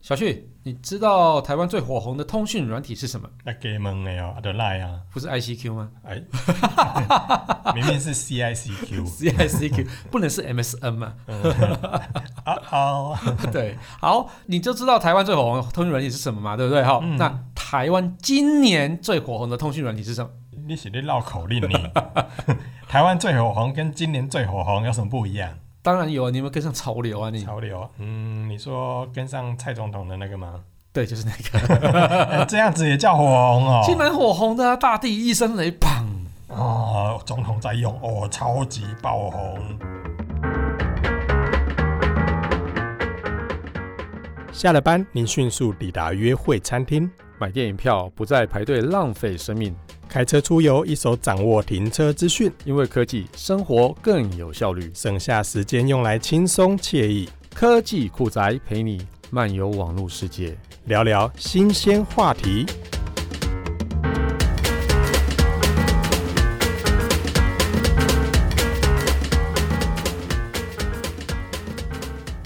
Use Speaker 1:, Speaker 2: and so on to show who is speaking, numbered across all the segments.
Speaker 1: 小旭，你知道台湾最火红的通讯软体是什么？
Speaker 2: 那 gay 们没有，的赖啊，
Speaker 1: 不是 ICQ 吗
Speaker 2: 哎，明明是 CICQ，
Speaker 1: ？CICQ 不能是 MSN 嘛？
Speaker 2: 啊哦，
Speaker 1: 对，好，你就知道台湾最火红的通讯软体是什么嘛，对不对？哈、
Speaker 2: 嗯
Speaker 1: 那台湾今年最火红的通讯软体是什么？
Speaker 2: 你是在绕口令呢？ 台湾最火红跟今年最火红有什么不一样？
Speaker 1: 当然有啊，你有没有跟上潮流啊？你
Speaker 2: 潮流，嗯，你说跟上蔡总统的那个吗？
Speaker 1: 对，就是那个，
Speaker 2: 哎这样子也叫火红
Speaker 1: 其实
Speaker 2: 哦？
Speaker 1: 蛮火红的、啊，大地一声雷，砰！
Speaker 2: 哦，总统在用哦，超级爆红。下了班，您迅速抵达约会餐厅。
Speaker 1: 买电影票不再排队浪费生命，
Speaker 2: 开车出游，一手掌握停车资讯，
Speaker 1: 因为科技生活更有效率。
Speaker 2: 省下时间用来轻松惬意
Speaker 1: 科技酷宅陪你漫游网络世界。
Speaker 2: 聊聊新鲜话题。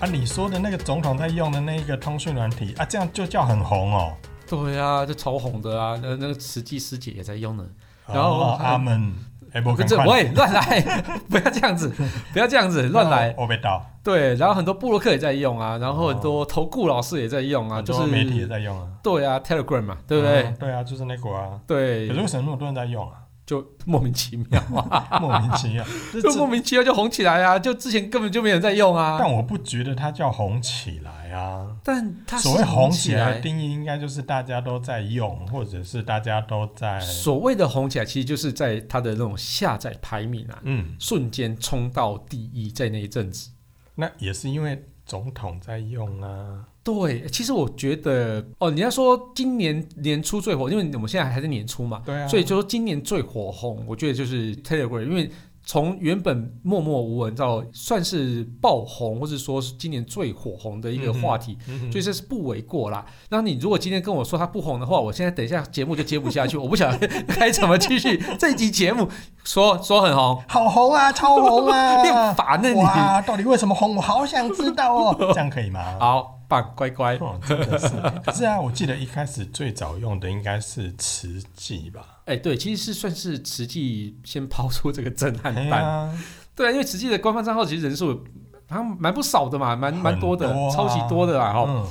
Speaker 2: 啊，你说的那个总统在用的那个通讯软体啊，这样就叫很红哦。
Speaker 1: 对啊，这超红的啊，那那个慈济师姐也在用呢。然后
Speaker 2: 哦
Speaker 1: 还
Speaker 2: 阿门，哎，我
Speaker 1: 不这喂，乱来， 不要这样子，不要这样
Speaker 2: 哦
Speaker 1: 子乱来。
Speaker 2: 我被盗。
Speaker 1: 对，然后很多布洛克也在用啊，然后很多投顾老师也在用啊，
Speaker 2: 哦很
Speaker 1: 就
Speaker 2: 多
Speaker 1: 是
Speaker 2: 媒体也在用啊，
Speaker 1: 对啊，Telegram 嘛，对不对？
Speaker 2: 嗯对啊，就是那个啊。可是
Speaker 1: 对，
Speaker 2: 为什么那么多人在用啊？
Speaker 1: 就莫名其妙啊，
Speaker 2: 莫名其 妙。这
Speaker 1: 就
Speaker 2: 这
Speaker 1: 莫名其妙就红起来啊，就之前根本就没有人在用啊。
Speaker 2: 但我不觉得它叫红起来啊。
Speaker 1: 但它是
Speaker 2: 所谓红
Speaker 1: 起
Speaker 2: 起来的定义，应该就是大家都在用，或者是大家都在
Speaker 1: 所谓的红起来，其实就是在它的那种下载排名啊，
Speaker 2: 嗯，
Speaker 1: 瞬间冲到第一，在那一阵子。
Speaker 2: 那也是因为总统在用啊。
Speaker 1: 对，其实我觉得哦，你要说今年年初最火，因为我们现在还是年初嘛，
Speaker 2: 对啊，
Speaker 1: 所以就说今年最火红，我觉得就是 Telegram，因为从原本默默无闻到算是爆红，或是说是今年最火红的一个话题，
Speaker 2: 嗯
Speaker 1: 所以这是不为过啦。那你如果今天跟我说它不红的话，我现在等一下节目就接不下去，我不想该怎么继续这一集节目说说很红，
Speaker 2: 好红啊，超红
Speaker 1: 变
Speaker 2: 啊！
Speaker 1: 烦了你。
Speaker 2: 哇，到底为什么红？我好想知道哦。这样可以吗？
Speaker 1: 好棒，乖乖，
Speaker 2: 哦，真的是，可是啊，我记得一开始最早用的应该是慈济吧？
Speaker 1: 哎，对，其实是算是慈济先抛出这个震撼
Speaker 2: 哎
Speaker 1: 弹。
Speaker 2: 呀，
Speaker 1: 对啊，因为慈济的官方账号其实人数好像蛮不少的嘛，蛮蛮多的，
Speaker 2: 很多啊
Speaker 1: 超级多的啦哈、
Speaker 2: 嗯，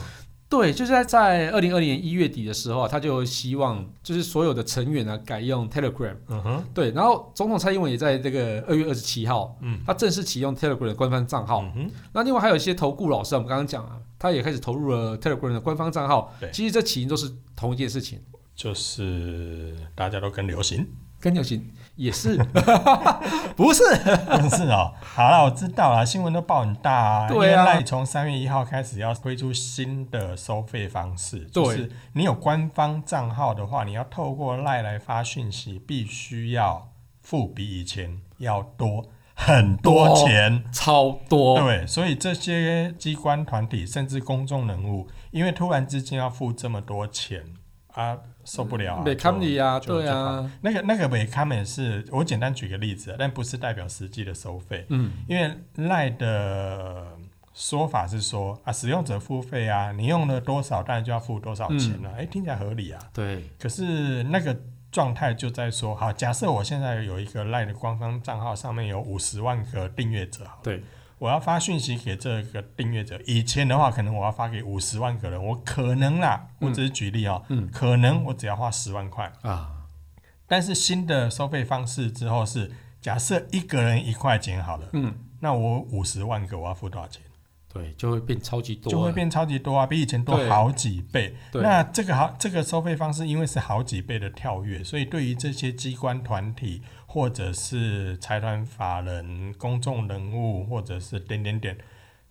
Speaker 1: 对，就是在在二零二零年一月底的时候啊，他就希望就是所有的成员呢、啊改用 Telegram。
Speaker 2: 嗯哼，
Speaker 1: 对，然后总统蔡英文也在这个二月二十七号，
Speaker 2: 嗯，
Speaker 1: 他正式启用 Telegram 的官方账号。
Speaker 2: 嗯哼，
Speaker 1: 那另外还有一些投顾老师啊，我们刚刚讲啊，他也开始投入了 Telegram 的官方账号
Speaker 2: 对。
Speaker 1: 其实这起因都是同一件事情，
Speaker 2: 就是大家都跟流行。
Speaker 1: 跟流行也是，不是？
Speaker 2: 不是哦，好了，我知道了，新闻都报很大啊。
Speaker 1: 对啊
Speaker 2: 因为赖从三月一号开始要推出新的收费方式，就是你有官方账号的话，你要透过赖来发讯息，必须要付比以前要多很多钱。
Speaker 1: 超多。
Speaker 2: 对，所以这些机关团体甚至公众人物，因为突然之间要付这么多钱啊，受不了啊！
Speaker 1: 美康里啊，
Speaker 2: 就
Speaker 1: 对，
Speaker 2: 就
Speaker 1: 啊，
Speaker 2: 那个那个尾卡们是我简单举个例子啊，但不是代表实际的收费，
Speaker 1: 嗯，
Speaker 2: 因为赖的说法是说啊，使用者付费啊，你用了多少，当然就要付多少钱了、哎、听起来合理啊。
Speaker 1: 对。
Speaker 2: 可是那个状态就在说，好，假设我现在有一个赖的官方账号，上面有五十万个订阅者，好，
Speaker 1: 对，
Speaker 2: 我要发讯息给这个订阅者。以前的话，可能我要发给五十万个人，我可能啦，我只是举例哦，
Speaker 1: 嗯
Speaker 2: 可能我只要花十万块。
Speaker 1: 啊，
Speaker 2: 但是新的收费方式之后是，假设一个人一块钱好了，
Speaker 1: 嗯，
Speaker 2: 那我五十万个我要付多少钱？
Speaker 1: 对，就会变超级多，
Speaker 2: 就会。变超级多啊，比以前多
Speaker 1: 对
Speaker 2: 好几倍。
Speaker 1: 对
Speaker 2: 那这个好，这个收费方式因为是好几倍的跳跃，所以对于这些机关团体或者是财团法人、公众人物或者是点点点。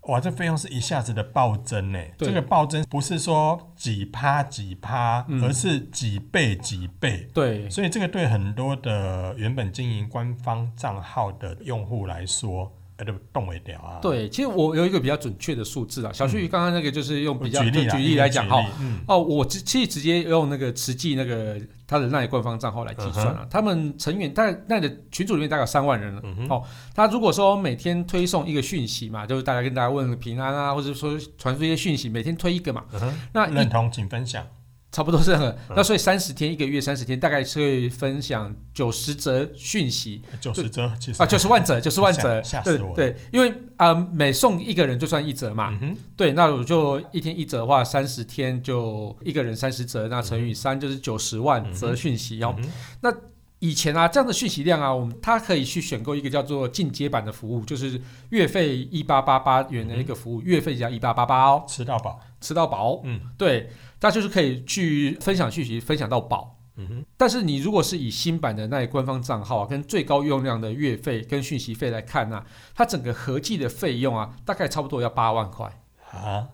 Speaker 2: 哇，这费用是一下子的暴增呢！
Speaker 1: 对
Speaker 2: 这个暴增不是说几趴几趴，
Speaker 1: 嗯
Speaker 2: 而是几倍几倍。
Speaker 1: 对，
Speaker 2: 所以这个对很多的原本经营官方账号的用户来说，呃，就冻尾掉啊。嗯
Speaker 1: 对，其实我有一个比较准确的数字啊。小旭刚刚那个就是用
Speaker 2: 我
Speaker 1: 比较
Speaker 2: 举
Speaker 1: 就
Speaker 2: 例啦
Speaker 1: 举例来讲哈，，
Speaker 2: 举例嗯，
Speaker 1: 哦，我直其实直接用那个慈济那个他的那里官方账号来计算啊，他们成员大概那里的群组里面大概有三万人了。
Speaker 2: 嗯哼
Speaker 1: 哦，他如果说每天推送一个讯息嘛，就是大家跟大家问个平安啊，或者说传输一些讯息，每天推一个嘛，
Speaker 2: 嗯哼，
Speaker 1: 那一
Speaker 2: 认同请分享，
Speaker 1: 差不多是很、
Speaker 2: 嗯
Speaker 1: 那所以三十天一个月三十天大概是会分享九十则讯息
Speaker 2: 九十折，其实
Speaker 1: 啊，九十万则，九十万则，
Speaker 2: 吓吓
Speaker 1: 对
Speaker 2: 死我了
Speaker 1: 对，因为啊、呃每送一个人就算一则嘛，
Speaker 2: 嗯哼，
Speaker 1: 对，那我就一天一折的话，三十天就一个人三十折，那乘以三就是九十万则讯息哦。
Speaker 2: 嗯哼
Speaker 1: 以前啊，这样的讯息量啊，我们它可以去选购一个叫做进阶版的服务，就是月费一八八八元的一
Speaker 2: 嗯
Speaker 1: 个服务，月费只要一八八八哦，
Speaker 2: 吃到饱，
Speaker 1: 吃到饱。
Speaker 2: 嗯，
Speaker 1: 对，它就是可以去分享讯息，分享到饱。
Speaker 2: 嗯哼，
Speaker 1: 但是你如果是以新版的那官方账号啊，跟最高用量的月费跟讯息费来看呢、啊，它整个合计的费用啊，大概差不多要八万块。
Speaker 2: 啊，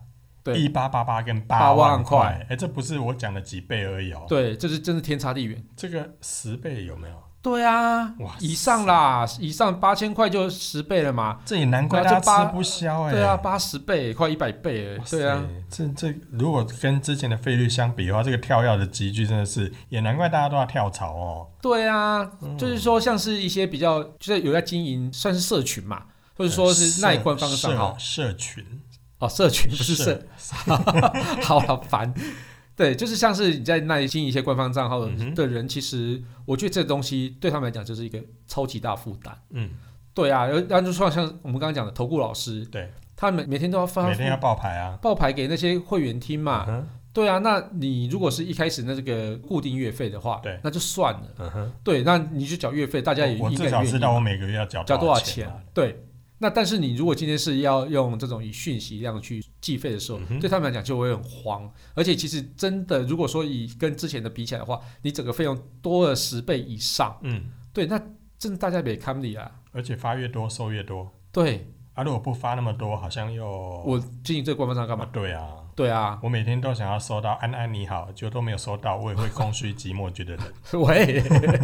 Speaker 1: 对
Speaker 2: 一八八八跟
Speaker 1: 八万
Speaker 2: 万
Speaker 1: 块，
Speaker 2: 哎，这不是我讲的几倍而已哦，
Speaker 1: 对，这是真是天差地远。
Speaker 2: 这个十倍有没有？
Speaker 1: 对啊，
Speaker 2: 哇
Speaker 1: 以上啦，以上八千块就十倍了嘛。
Speaker 2: 这也难怪
Speaker 1: 对啊
Speaker 2: 大
Speaker 1: 这八
Speaker 2: 家吃不消哎、
Speaker 1: 对啊，八十倍，快一百倍了
Speaker 2: 哇。塞，
Speaker 1: 对啊，
Speaker 2: 这这如果跟之前的费率相比的话，这个跳跃的集聚真的是也难怪大家都要跳槽哦。
Speaker 1: 对啊，
Speaker 2: 嗯
Speaker 1: 就是说像是一些比较，就是有在经营，算是社群嘛，或者说是
Speaker 2: 呃
Speaker 1: 耐
Speaker 2: 社
Speaker 1: 官方的账号
Speaker 2: 社社群，
Speaker 1: 哦，社群不是社，
Speaker 2: 社
Speaker 1: 好好烦。对，就是像是你在耐经营一些官方账号的
Speaker 2: 嗯哼
Speaker 1: 的人，其实我觉得这东西对他们来讲就是一个超级大负担。
Speaker 2: 嗯，
Speaker 1: 对啊，然后然后就像像我们刚刚讲的投顾老师，
Speaker 2: 对，
Speaker 1: 他每每天都要发
Speaker 2: 每天要爆牌啊。
Speaker 1: 报牌给那些会员听嘛，
Speaker 2: 嗯
Speaker 1: 对啊，那你如果是一开始那这个固定月费的话，
Speaker 2: 对
Speaker 1: 那就算了。
Speaker 2: 哼，嗯哼，
Speaker 1: 对，那你就缴月费，大家也
Speaker 2: 我我
Speaker 1: 应该
Speaker 2: 至少
Speaker 1: 愿
Speaker 2: 知
Speaker 1: 意
Speaker 2: 道我每个月要缴
Speaker 1: 缴多少
Speaker 2: 钱
Speaker 1: 钱
Speaker 2: 啊。。
Speaker 1: 对，那但是你如果今天是要用这种以讯息量去计费的时候，
Speaker 2: 嗯哼
Speaker 1: 对他们来讲就会很慌。而且其实真的，如果说以跟之前的比起来的话，你整个费用多了十倍以上，
Speaker 2: 嗯，
Speaker 1: 对，那真的大家没看你啊。
Speaker 2: 而且发越多收越多，
Speaker 1: 对、
Speaker 2: 啊，如果不发那么多，好像又
Speaker 1: 我经营这个官方账干嘛？
Speaker 2: 对啊。
Speaker 1: 对 啊，
Speaker 2: 我每天都想要收到安安你好，就都没有收到，我也会空虚寂寞觉得冷。
Speaker 1: 喂，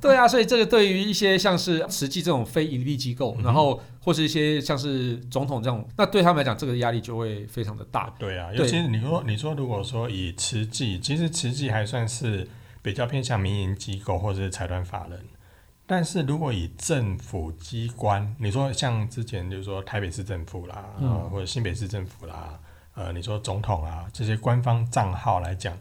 Speaker 1: 对啊，所以这个对于一些像是实际这种非盈利机构，
Speaker 2: 嗯哼
Speaker 1: 然后或是一些像是总统这种，那对他们来讲，这个压力就会非常的大。
Speaker 2: 对啊，
Speaker 1: 对
Speaker 2: 尤其是你说你说如果说以慈济，其实慈济还算是比较偏向民营机构或者是财团法人，但是如果以政府机关，你说像之前就是说台北市政府啦，
Speaker 1: 嗯
Speaker 2: 呃或者新北市政府啦，呃，你说总统啊这些官方账号来讲，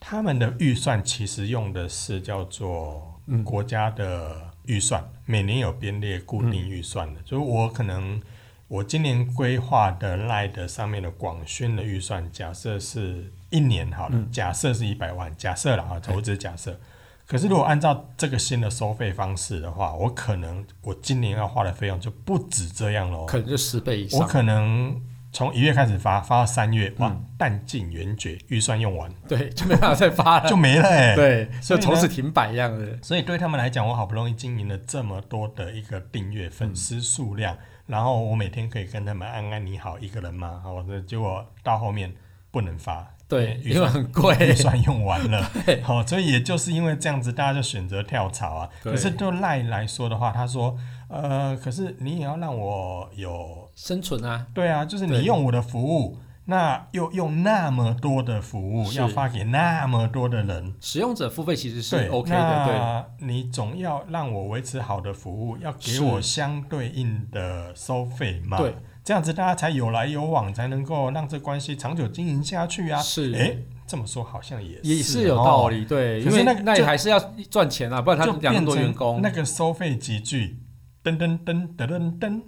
Speaker 2: 他们的预算其实用的是叫做
Speaker 1: 嗯，
Speaker 2: 国家的预算，每年有编列固定预算
Speaker 1: 嗯
Speaker 2: 的，就是我可能我今年规划的赖的上面的广宣的预算，假设是一年好了，
Speaker 1: 嗯哎
Speaker 2: 假设是一百万，假设了啊，投资假设。可是如果按照这个新的收费方式的话，我可能我今年要花的费用就不止这样喽。
Speaker 1: 可能就十倍以
Speaker 2: 我
Speaker 1: 上。
Speaker 2: 可能从一月开始发，发到三月，哇
Speaker 1: 嗯，
Speaker 2: 弹尽援绝，预算用完
Speaker 1: 对，就没办法再发了。
Speaker 2: 就没了哎、
Speaker 1: 对，
Speaker 2: 所
Speaker 1: 就
Speaker 2: 以呢
Speaker 1: 从此停摆一样的。
Speaker 2: 所以对他们来讲，我好不容易经营了这么多的一个订阅粉丝数量，然后我每天可以跟他们安安你好一个人吗？好，我结果到后面不能发，
Speaker 1: 对，
Speaker 2: 预
Speaker 1: 因为
Speaker 2: 算
Speaker 1: 很贵。
Speaker 2: 预算用完了
Speaker 1: 对，
Speaker 2: 好、所以也就是因为这样子，大家就选择跳槽啊。
Speaker 1: 对
Speaker 2: 可是对赖来说的话，他说，呃，可是你也要让我有，
Speaker 1: 生存啊，
Speaker 2: 对啊，就是
Speaker 1: 对
Speaker 2: 你用我的服务。那又用那么多的服务，
Speaker 1: 是
Speaker 2: 要发给那么多的人，
Speaker 1: 使用者付费其实是
Speaker 2: 对
Speaker 1: OK 的，对，
Speaker 2: 那你总要让我维持好的服务，要给
Speaker 1: 是
Speaker 2: 我相对应的收费嘛？
Speaker 1: 对，
Speaker 2: 这样子大家才有来有往，才能够让这关系长久经营下去啊。
Speaker 1: 是
Speaker 2: 哎，这么说好像也
Speaker 1: 也
Speaker 2: 是哦
Speaker 1: 是有道
Speaker 2: 理。
Speaker 1: 理，啊对，因
Speaker 2: 可是
Speaker 1: 为
Speaker 2: 那个
Speaker 1: 那也
Speaker 2: 就
Speaker 1: 还是要赚钱啊，不然他
Speaker 2: 就
Speaker 1: 两那
Speaker 2: 变
Speaker 1: 么多员工
Speaker 2: 成那，个收费集聚，噔噔噔噔噔噔，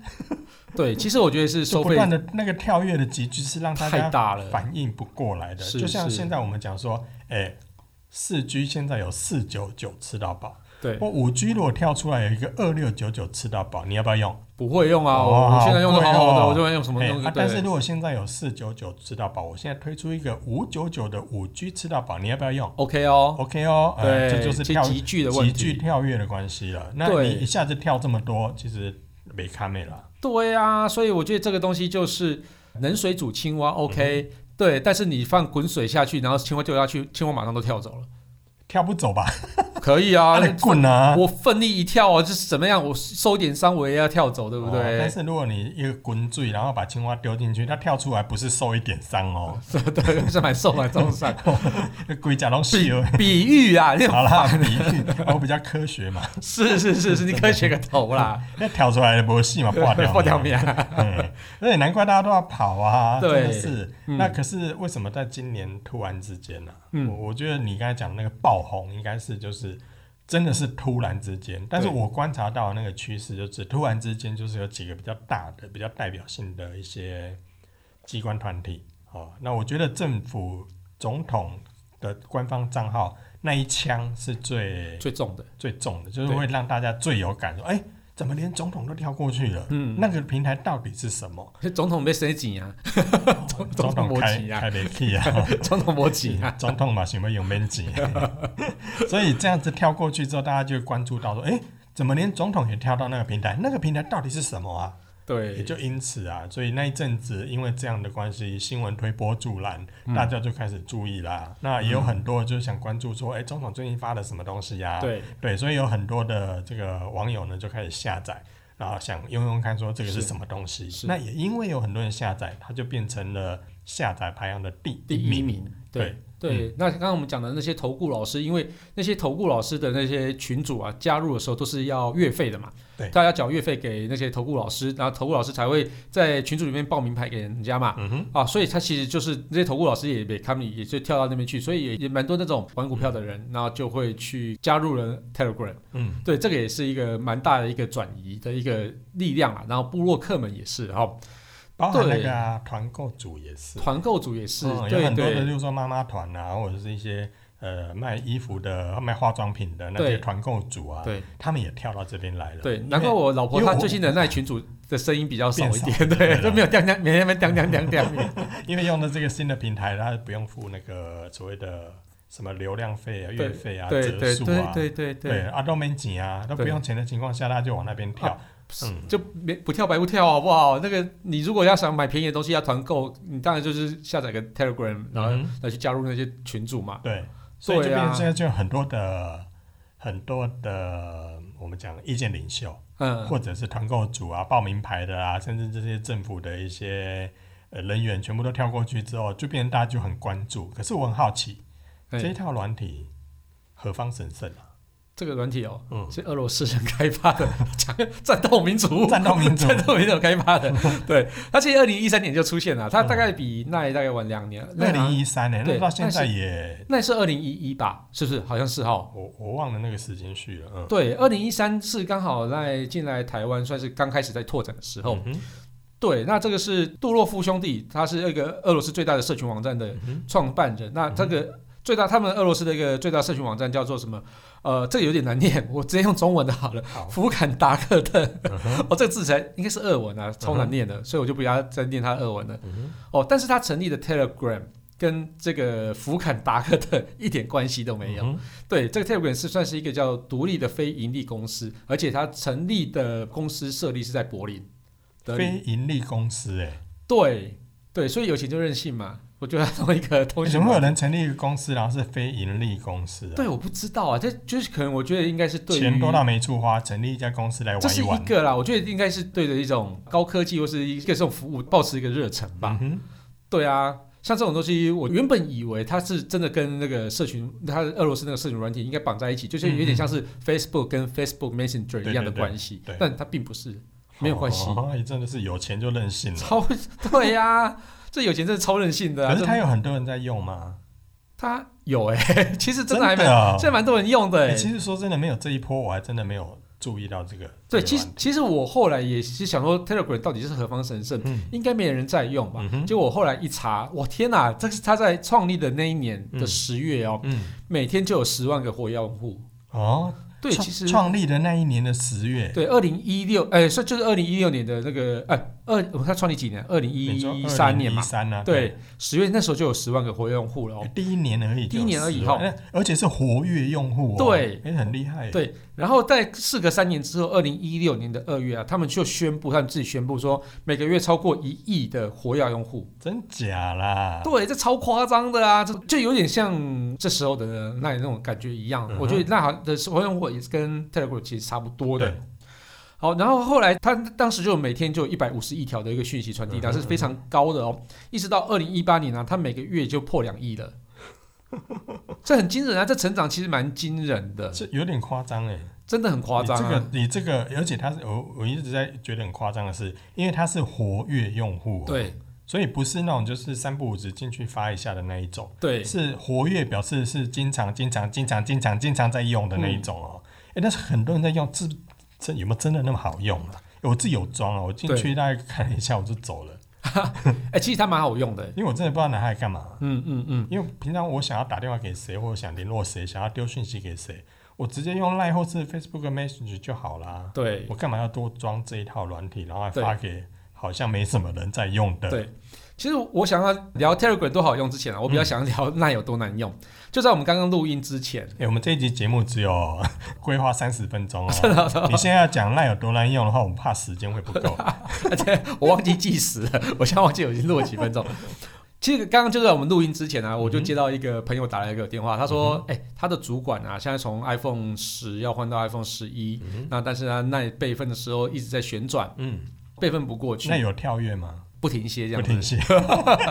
Speaker 1: 对，其实我觉得是
Speaker 2: 就
Speaker 1: 收
Speaker 2: 不
Speaker 1: 费
Speaker 2: 断的那个跳跃的集聚是让大
Speaker 1: 太
Speaker 2: 家
Speaker 1: 大了，
Speaker 2: 反应不过来的。
Speaker 1: 是
Speaker 2: 就像
Speaker 1: 是
Speaker 2: 现在我们讲说，哎，四 G 现在有四九九吃到饱。
Speaker 1: 对，
Speaker 2: 我五 G 如果跳出来有一个二六九九吃到饱，你要不要用？
Speaker 1: 不会用啊，
Speaker 2: 哦
Speaker 1: 我我现在用的好好
Speaker 2: 好贵
Speaker 1: 的，
Speaker 2: 哦
Speaker 1: 我就会用什么
Speaker 2: 嘿
Speaker 1: 用
Speaker 2: 啊，但是
Speaker 1: 对，
Speaker 2: 如果现在有四九九吃到饱，我现在推出一个五九九的五 G 吃到饱，你要不要用
Speaker 1: OK 哦，
Speaker 2: ？OK 哦，呃
Speaker 1: 对，
Speaker 2: 这就是
Speaker 1: 其
Speaker 2: 跳
Speaker 1: 实集聚的
Speaker 2: 急
Speaker 1: 问
Speaker 2: 剧
Speaker 1: 题，
Speaker 2: 跳跃的关系了。那
Speaker 1: 对
Speaker 2: 你一下子跳这么多，其实没看没了。
Speaker 1: 对啊，所以我觉得这个东西就是冷水煮青蛙，OK，对，但是你放滚水下去，然后青蛙掉下去，青蛙马上都跳走了。
Speaker 2: 跳不走吧？
Speaker 1: 可以啊，
Speaker 2: 那棍啊，
Speaker 1: 我奋力一跳啊，就是怎么样，我受一点伤我也要跳走，对不
Speaker 2: 哦
Speaker 1: 对？
Speaker 2: 但是如果你一个滚坠，然后把青蛙丢进去，它跳出来不是受一点 伤哦，
Speaker 1: 对，是蛮受蛮重伤。
Speaker 2: 龟甲都
Speaker 1: 比
Speaker 2: 血。
Speaker 1: 比喻啊，你
Speaker 2: 好啦，比喻，我比较科学嘛，
Speaker 1: 是是是是，你可以学个头 啦，
Speaker 2: 那跳出来的 不戏嘛，挂掉，
Speaker 1: 破掉面啊。
Speaker 2: 嗯，所以难怪大家都要跑啊，真
Speaker 1: 对
Speaker 2: 的是。
Speaker 1: 嗯
Speaker 2: 那可是为什么在今年突然之间呢、啊？
Speaker 1: 嗯
Speaker 2: 我我觉得你刚才讲的那个爆红，应该是就是真的是突然之间。但是
Speaker 1: 对
Speaker 2: 我观察到的那个趋势，就是突然之间就是有几个比较大的、比较代表性的一些机关团体。哦，那我觉得政府总统的官方账号那一枪是最
Speaker 1: 最重的，
Speaker 2: 最重的，就是
Speaker 1: 对
Speaker 2: 会让大家最有感受。哎、怎么连总统都跳过去了？
Speaker 1: 嗯，
Speaker 2: 那个平台到底是什么？
Speaker 1: 总统被谁挤啊？ 总
Speaker 2: 总
Speaker 1: 总统
Speaker 2: 统
Speaker 1: 没
Speaker 2: 开
Speaker 1: 钱啊
Speaker 2: 开不 起啊，
Speaker 1: 总统我挤啊？
Speaker 2: 总统嘛，想要用免钱， 所以这样子跳过去之后，大家就会关注到说，哎、怎么连总统也跳到那个平台？那个平台到底是什么啊？也
Speaker 1: 对，
Speaker 2: 就因此啊，所以那一阵子因为这样的关系，新闻推波助澜，
Speaker 1: 嗯
Speaker 2: 大家就开始注意啦。那也有很多就是想关注说，哎、总统最近发了什么东西呀、
Speaker 1: 对
Speaker 2: 对，所以有很多的这个网友呢就开始下载，然后想用用看说这个是
Speaker 1: 是
Speaker 2: 什么东西。
Speaker 1: 是
Speaker 2: 那也因为有很多人下载，它就变成了下载排行的第
Speaker 1: 第一
Speaker 2: 名。
Speaker 1: 名，
Speaker 2: 嗯对嗯
Speaker 1: 对。对，那刚刚我们讲的那些投顾老师，因为那些投顾老师的那些群主啊，加入的时候都是要月费的嘛，
Speaker 2: 对
Speaker 1: 大家缴月费给那些投顾老师，然后投顾老师才会在群组里面报名牌给人家嘛，
Speaker 2: 嗯哼，
Speaker 1: 啊，所以他其实就是那些投顾老师也被他们也就跳到那边去，所以也也蛮多那种玩股票的人，然后就会去加入了 Telegram。
Speaker 2: 嗯，
Speaker 1: 对，这个也是一个蛮大的一个转移的一个力量啊。然后部落客们也是，哈、哦，
Speaker 2: 包含那
Speaker 1: 对
Speaker 2: 个啊团购组也是，
Speaker 1: 团购组也是，
Speaker 2: 嗯有
Speaker 1: 对
Speaker 2: 很多的，
Speaker 1: 对
Speaker 2: 就是说妈妈团啊，或者是一些呃卖衣服的、卖化妆品的那些
Speaker 1: 对
Speaker 2: 团购组啊，
Speaker 1: 对
Speaker 2: 他们也跳到这边来了。
Speaker 1: 对，
Speaker 2: 因
Speaker 1: 难怪
Speaker 2: 为
Speaker 1: 我老婆
Speaker 2: 因为
Speaker 1: 她
Speaker 2: 我
Speaker 1: 最近的那一群组的声音比较少
Speaker 2: 变
Speaker 1: 一
Speaker 2: 少
Speaker 1: 点，
Speaker 2: 对
Speaker 1: 对，
Speaker 2: 啦
Speaker 1: 都没有当当，每天当当当当。
Speaker 2: 因为用的这个新的平台，它不用付那个所谓的什么流量费啊、月费啊、
Speaker 1: 对
Speaker 2: 折
Speaker 1: 对
Speaker 2: 数
Speaker 1: 对
Speaker 2: 啊，
Speaker 1: 对对
Speaker 2: 对，啊，都没钱啊，都不
Speaker 1: 对
Speaker 2: 用钱的情况下，他就往那边跳。嗯
Speaker 1: 就没不跳白不跳，好不好？那个你如果要想买便宜的东西要团购，你当然就是下载个 Telegram，然后
Speaker 2: 嗯
Speaker 1: 来去加入那些群组嘛。
Speaker 2: 对，所以就
Speaker 1: 啊对
Speaker 2: 变
Speaker 1: 啊
Speaker 2: 成现在就有很多的、很多的，我们讲意见领袖，
Speaker 1: 嗯，
Speaker 2: 或者是团购组啊、报名牌的啊，甚至这些政府的一些呃人员，全部都跳过去之后，就变成大家就很关注。可是我很好奇，
Speaker 1: 哎
Speaker 2: 这一套软体何方神圣啊？
Speaker 1: 这个软体哦，
Speaker 2: 嗯
Speaker 1: 是俄罗斯人开发的，讲战斗民族，
Speaker 2: 战斗民族
Speaker 1: 战斗民族开发的。对，它其实二零一三年就出现了，它大概比奈大概晚两年。
Speaker 2: 二
Speaker 1: 奈
Speaker 2: 零一三年，那
Speaker 1: 啊对
Speaker 2: 到现在
Speaker 1: 但
Speaker 2: 也，
Speaker 1: 奈是二零一一吧？是不是？好像是哈。
Speaker 2: 我我忘了那个时间序了。嗯，
Speaker 1: 对，二零一三是刚好奈进来台湾，算是刚开始在拓展的时候。
Speaker 2: 嗯哼
Speaker 1: 对，那这个是杜洛夫兄弟，他是一个俄罗斯最大的社群网站的
Speaker 2: 嗯哼嗯
Speaker 1: 创办人。那这个最大，他们俄罗斯的一个最大社群网站叫做什么？呃，这个有点难念，我直接用中文的好了。
Speaker 2: 好，
Speaker 1: 福坎达克特，
Speaker 2: 嗯 哼嗯
Speaker 1: 哦，这个字才应该是俄文啊，超难念的，所以我就不要再念他俄文了。哦，但是他成立的 Telegram 跟这个福坎达克特一点关系都没有。，
Speaker 2: 嗯哼
Speaker 1: 对，这个 Telegram 是算是一个叫独立的非盈利公司，而且它成立的公司设立是在柏林。德里
Speaker 2: 非盈利公司哎、
Speaker 1: 对对，所以有钱就任性嘛。我觉得同一个
Speaker 2: 为
Speaker 1: 东西
Speaker 2: 什，么会有人成立一个公司，然后是非盈利公司、啊？
Speaker 1: 对，我不知道啊，这就是可能我觉得应该是对于
Speaker 2: 钱多到没处花，成立一家公司来
Speaker 1: 这
Speaker 2: 玩
Speaker 1: 是
Speaker 2: 玩
Speaker 1: 一。个啦，我觉得应该是对着一种高科技或是一个这种服务，保持一个热忱吧。
Speaker 2: 嗯哼，
Speaker 1: 对啊，像这种东西，我原本以为它是真的跟那个社群，它的俄罗斯那个社群软体应该绑在一起，就是有点像是 Facebook 跟 Facebook Messenger 一样的关系，
Speaker 2: 嗯对对对
Speaker 1: 但它并不是，没有关系。啊
Speaker 2: 哦真的是有钱就任性了。
Speaker 1: 超 对呀、这有钱真的超任性的、啊。
Speaker 2: 可是
Speaker 1: 这
Speaker 2: 他有很多人在用吗？
Speaker 1: 它有哎、 其实真的还
Speaker 2: 真
Speaker 1: 蛮，
Speaker 2: 的啊、
Speaker 1: 现在蛮多人用的、
Speaker 2: 哎
Speaker 1: 欸。
Speaker 2: 其实说真的，没有这一波，我还真的没有注意到这个。
Speaker 1: 对，
Speaker 2: 这个
Speaker 1: 其实
Speaker 2: 软体
Speaker 1: 其实我后来也是想说，Telegram 到底是何方神圣？
Speaker 2: 嗯
Speaker 1: 应该没有人在用吧？
Speaker 2: 嗯哼
Speaker 1: 结果我后来一查，我天哪！这是他在创立的那一年的
Speaker 2: 嗯
Speaker 1: 十月哦，
Speaker 2: 嗯
Speaker 1: 每天就有十万个活跃用户。
Speaker 2: 哦，
Speaker 1: 对，
Speaker 2: 创
Speaker 1: 其实
Speaker 2: 创立的那一年的十月，
Speaker 1: 对，二零一六，哎，是就是二零一六年的那个，哎，二他创立几年？二零
Speaker 2: 你说
Speaker 1: 一三年嘛
Speaker 2: 一。三啊，
Speaker 1: 对，十月那时候就有十万个活跃用户了、哦
Speaker 2: 对，。第一年而已就
Speaker 1: 第
Speaker 2: 有10万，
Speaker 1: 一年而已哈
Speaker 2: 那而且是活跃用户、哦，
Speaker 1: 对
Speaker 2: 也很厉害，
Speaker 1: 对，然后在事隔三年之后，二零一六年的二月啊，他们就宣布，他们自己宣布说，每个月超过一亿的活跃用户。
Speaker 2: 真假啦？
Speaker 1: 对，这超夸张的啊，这就有点像这时候的那那种感觉一样。
Speaker 2: 嗯哼
Speaker 1: 我觉得那行的活跃用户也是跟 Telegram 其实差不多的
Speaker 2: 对。
Speaker 1: 好，然后后来他当时就每天就有一百五十亿条的一个讯息传递量
Speaker 2: 嗯哼
Speaker 1: 是非常高的哦，一直到二零一八年呢、啊他每个月就破两亿了，这很惊人啊！这成长其实蛮惊人的，
Speaker 2: 这有点夸张哎，
Speaker 1: 真的很夸张、啊。
Speaker 2: 你这个，你这个，而且它是我我一直在觉得很夸张的是，因为它是活跃用户、，哦
Speaker 1: 对
Speaker 2: 所以不是那种就是三不五时进去发一下的那一种，
Speaker 1: 对
Speaker 2: 是活跃表示是经常、经常、经常、经常、经常在用的那一种
Speaker 1: 嗯
Speaker 2: 哦。哎、但是很多人在用，这这有没有真的那么好用啊？我自己有装啊，我进去大概看了一下我就走了，
Speaker 1: 哎、其实它蛮好用的。
Speaker 2: 因为我真的不知道拿它来干嘛。
Speaker 1: 嗯嗯嗯，
Speaker 2: 因为平常我想要打电话给谁，或者想联络谁，想要丢讯息给谁，我直接用 Line 或是 Facebook Message 就好啦。
Speaker 1: 对
Speaker 2: 我干嘛要多装这一套软体，然后还发给好像没什么人在用的？
Speaker 1: 对。其实我想要聊 Telegram 多好用之前啊，我比
Speaker 2: 嗯
Speaker 1: 较想要聊那有多难用。就在我们刚刚录音之前，啊
Speaker 2: 哎、我们这一集节目只有 规划三十 分钟哦。你现在要讲赖有多难用的话，我们怕时间会不 够。
Speaker 1: 而且我忘记计时了， 我现在忘记我已经录了几分钟。其实刚刚就在我们录音之前
Speaker 2: 嗯
Speaker 1: 啊，我就接到一个朋友打来一个电话，他说：“哎、他的主管啊，现在从 iPhone 十要换到 iPhone 十一、那但是他那备份的时候一直在旋转，
Speaker 2: 嗯，
Speaker 1: 备份不过去
Speaker 2: 那，有跳跃吗？
Speaker 1: 不停歇这
Speaker 2: 不
Speaker 1: 样子。
Speaker 2: 停歇。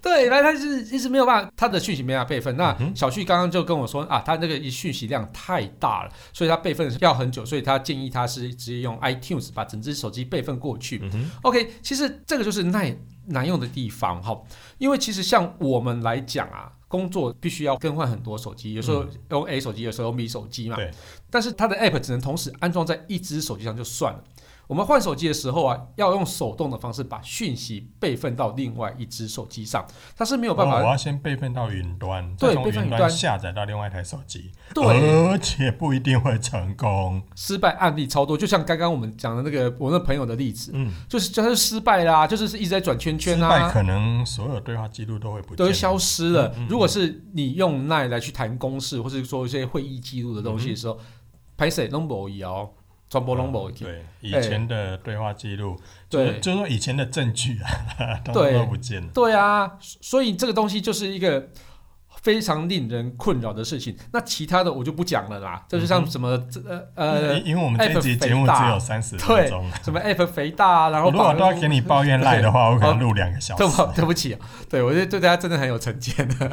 Speaker 1: 对，反正他就是一直没有办法，他的讯息没办法备份。那
Speaker 2: 嗯哼
Speaker 1: 小旭刚刚就跟我说啊，他那个讯息量太大了，所以他备份要很久，所以他建议他是直接用 iTunes 把整只手机备份过去。
Speaker 2: 嗯哼，
Speaker 1: OK，其实这个就是耐难用的地方哈，因为其实像我们来讲啊，工作必须要更换很多手机，有时候用 A 手机，有时候用 B 手机嘛。
Speaker 2: 嗯对。
Speaker 1: 但是它的 App 只能同时安装在一只手机上就算了。我们换手机的时候啊，要用手动的方式把讯息备份到另外一只手机上，它是没有办
Speaker 2: 哦我
Speaker 1: 法。
Speaker 2: 要先备份到云端，
Speaker 1: 对
Speaker 2: 再从
Speaker 1: 备份
Speaker 2: 云
Speaker 1: 云端
Speaker 2: 端下载到另外一台手机，
Speaker 1: 对，
Speaker 2: 而且不一定会成功。
Speaker 1: 失败案例超多，就像刚刚我们讲的那个我那朋友的例子，
Speaker 2: 嗯，
Speaker 1: 就是就是他就失败啦，就是一直在转圈
Speaker 2: 失
Speaker 1: 圈啊
Speaker 2: 败，可能所有对话记录都会不见，嗯
Speaker 1: 都消失了。如果是你用 Line 来去谈公事，或是做一些会议记录的东西的时候，拍谁 number 一哦，传播 number 一，
Speaker 2: 嗯对，以前的对话记录，就
Speaker 1: 哎对
Speaker 2: 是就是说以前的证据啊， 通通都不见了。
Speaker 1: 对啊，所以这个东西就是一个非常令人困扰的事情。那其他的我就不讲了
Speaker 2: 嗯
Speaker 1: 啦，这就像什么这呃呃
Speaker 2: 因因为我们这一集
Speaker 1: App
Speaker 2: 节
Speaker 1: 肥
Speaker 2: 目只
Speaker 1: 大
Speaker 2: 有三十分钟，
Speaker 1: 什么 app 肥大啊，然后
Speaker 2: 我如果
Speaker 1: 把
Speaker 2: 都要给你抱怨赖的话，我可能录两个小
Speaker 1: 对不
Speaker 2: 时。
Speaker 1: 对不起啊， 对我觉得对大家真的很有成见的。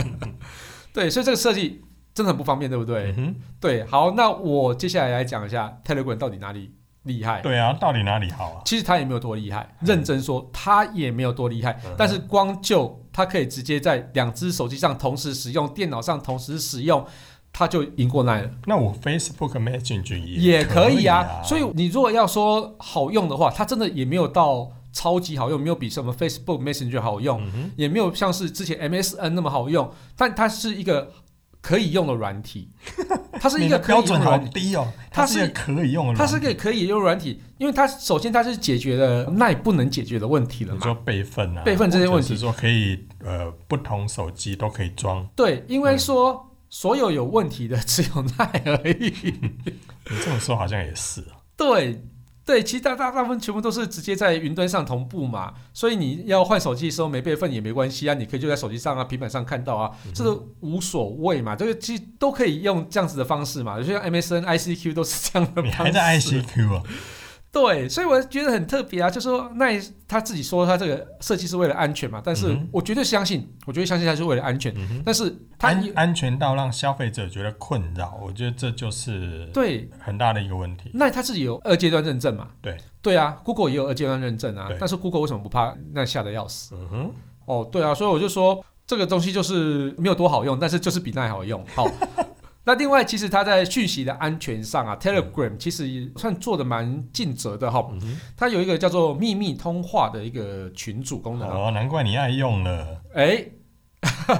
Speaker 1: 对，所以这个设计真的很不方便，对不对？
Speaker 2: 嗯哼，
Speaker 1: 对，好，那我接下来来讲一下 Telegram 到底哪里厉害。
Speaker 2: 对啊，到底哪里好啊？
Speaker 1: 其实他也没有多厉害，认真说，他也没有多厉害
Speaker 2: 嗯哼。
Speaker 1: 但是光就他可以直接在两只手机上同时使用，电脑上同时使用，他就赢过奈了，
Speaker 2: 那我 Facebook Messenger
Speaker 1: 也
Speaker 2: 可
Speaker 1: 可
Speaker 2: 以
Speaker 1: 以啊。所以你如果要说好用的话，它真的也没有到超级好用，没有比什么 Facebook Messenger 好用，
Speaker 2: 嗯哼，
Speaker 1: 也没有像是之前 MSN 那么好用，但它是一个可以用的软体，它是一
Speaker 2: 你
Speaker 1: 个
Speaker 2: 的
Speaker 1: 可以
Speaker 2: 标
Speaker 1: 用的
Speaker 2: 准好
Speaker 1: 软体。
Speaker 2: 低哦，
Speaker 1: 它
Speaker 2: 是一个可以用的，
Speaker 1: 它是一个可以用的软体，因为它首先它是解决了奈不能解决的问题了
Speaker 2: 你
Speaker 1: 嘛。
Speaker 2: 说备份啊，
Speaker 1: 备份这些问题
Speaker 2: 或者是说可以呃不同手机都可以装，
Speaker 1: 对，因
Speaker 2: 嗯
Speaker 1: 为说、所有有问题的只有奈而已。
Speaker 2: 你这么说好像也是 啊，
Speaker 1: 对 对，其实大大大部分全部都是直接在云端上同步嘛，所以你要换手机的时候没备份也没关系啊，你可以就在手机上啊、平板上看到
Speaker 2: 嗯
Speaker 1: 啊，这个无所谓嘛，这个其实都可以用这样子的方式嘛，就像 MSN、ICQ 都是这样的方式。
Speaker 2: 你还在 ICQ 啊？
Speaker 1: 对，所以我觉得很特别啊，就说那他自己说他这个设计是为了安全嘛，但是
Speaker 2: 嗯哼
Speaker 1: 我绝对相信，我绝对相信他是为了安全，
Speaker 2: 嗯哼，
Speaker 1: 但是 他
Speaker 2: 安安全到让消费者觉得困扰，我觉得这就是
Speaker 1: 对
Speaker 2: 很大的一个问题。
Speaker 1: 那它自己有二阶段认证嘛？
Speaker 2: 对
Speaker 1: 对啊，Google 也有二阶段认证啊
Speaker 2: 对。
Speaker 1: 但是 Google 为什么不怕？那吓得要死。
Speaker 2: 嗯哼，
Speaker 1: 哦，对啊，所以我就说这个东西就是没有多好用，但是就是比那好用。好，那另外其实它在讯息的安全上
Speaker 2: 嗯
Speaker 1: 啊，Telegram 其实也算做的蛮尽责的哈。
Speaker 2: 嗯哼，
Speaker 1: 它有一个叫做秘密通话的一个群组功能啊。
Speaker 2: 哦，难怪你爱用了。
Speaker 1: 哎，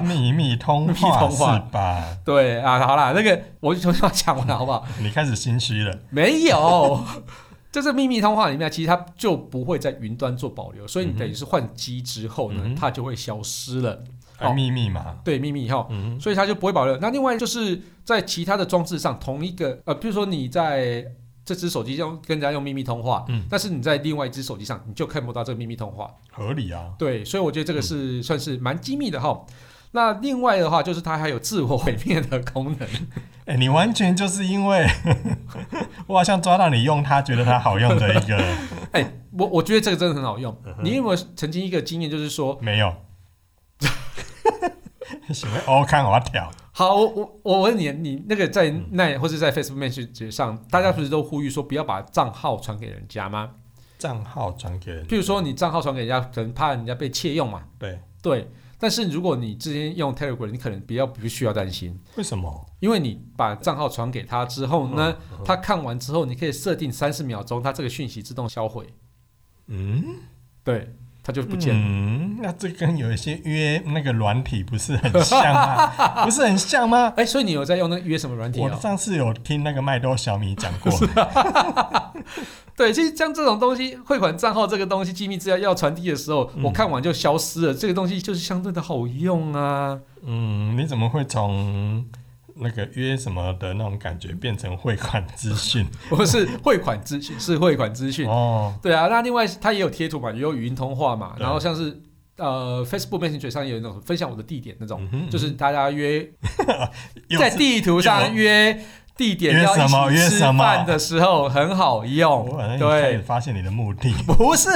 Speaker 2: 秘密通
Speaker 1: 秘密
Speaker 2: 话
Speaker 1: 通话
Speaker 2: 是吧？
Speaker 1: 对啊，好啦，那个我就从头讲完了，好不好？
Speaker 2: 你开始心虚了。
Speaker 1: 没有， 就是秘密通话里面，其实它就不会在云端做保留，所以你等于是换机之后呢，
Speaker 2: 嗯哼
Speaker 1: 它就会消失了。
Speaker 2: 啊
Speaker 1: 哦
Speaker 2: 秘密嘛，
Speaker 1: 对，秘密以后，
Speaker 2: 嗯，
Speaker 1: 所以它就不会保留。那另外就是在其他的装置上，同一个呃，比如说你在这只手机上跟人家用秘密通话，
Speaker 2: 嗯
Speaker 1: 但是你在另外一只手机上，你就看不到这个秘密通话。
Speaker 2: 合理啊。
Speaker 1: 对，所以我觉得这个是、
Speaker 2: 嗯
Speaker 1: 算是蛮机密的哈。那另外的话，就是它还有自我毁灭的功 能。
Speaker 2: 哎、你完全就是因为 我好像抓到你用它，觉得它好用的一个
Speaker 1: 哎、我我觉得这个真的很好用。
Speaker 2: 嗯
Speaker 1: 你有没有曾经一个经验，就是说，
Speaker 2: 没有。 喜欢哦，看我挑，
Speaker 1: 好，我我我问你，你那个在那或是在 Facebook Message 上，大家不是都呼吁说不要把账号传给人家吗？
Speaker 2: 账号转给人，
Speaker 1: 譬如说你账号传给人家，可能怕人家被窃用嘛。
Speaker 2: 对，
Speaker 1: 对，但是如果你之前用 Telegram，你可能比较不需要担心，
Speaker 2: 为什么？
Speaker 1: 因为你把账号传给他之后呢，他看完之后，你可以设定三十秒钟，他这个讯息自动销毁，
Speaker 2: 嗯，
Speaker 1: 对，他就不见了。
Speaker 2: 嗯，那这跟有一些约那个软体不是很 像吗？不是很像吗？
Speaker 1: 哎、所以你有在用那个约什么软体
Speaker 2: 我
Speaker 1: 啊、
Speaker 2: 上次有听那个麦兜小米讲过，
Speaker 1: 对，其实像这种东西，汇款账号这个东西，机密资料要传递的时候，
Speaker 2: 嗯
Speaker 1: 我看完就消失了。这个东西就是相对的好用啊。
Speaker 2: 嗯，你怎么会从那个约什么的那种感觉变成汇款资讯？
Speaker 1: 我是汇款资讯，是汇款资讯。
Speaker 2: 哦，
Speaker 1: 对啊，那另外它也有贴图嘛，也有语音通话嘛，
Speaker 2: 对
Speaker 1: 然后像是呃 Facebook Messenger 上也有那种分享我的地点那种，
Speaker 2: 嗯哼
Speaker 1: 就是大家约
Speaker 2: 又
Speaker 1: 在
Speaker 2: 是
Speaker 1: 地图上
Speaker 2: 又
Speaker 1: 约地点
Speaker 2: 约
Speaker 1: 要
Speaker 2: 什么
Speaker 1: 一
Speaker 2: 约
Speaker 1: 起吃
Speaker 2: 什么
Speaker 1: 饭的时候很好用
Speaker 2: 我好像，也开
Speaker 1: 对。
Speaker 2: 始发现你的目的。
Speaker 1: 不是，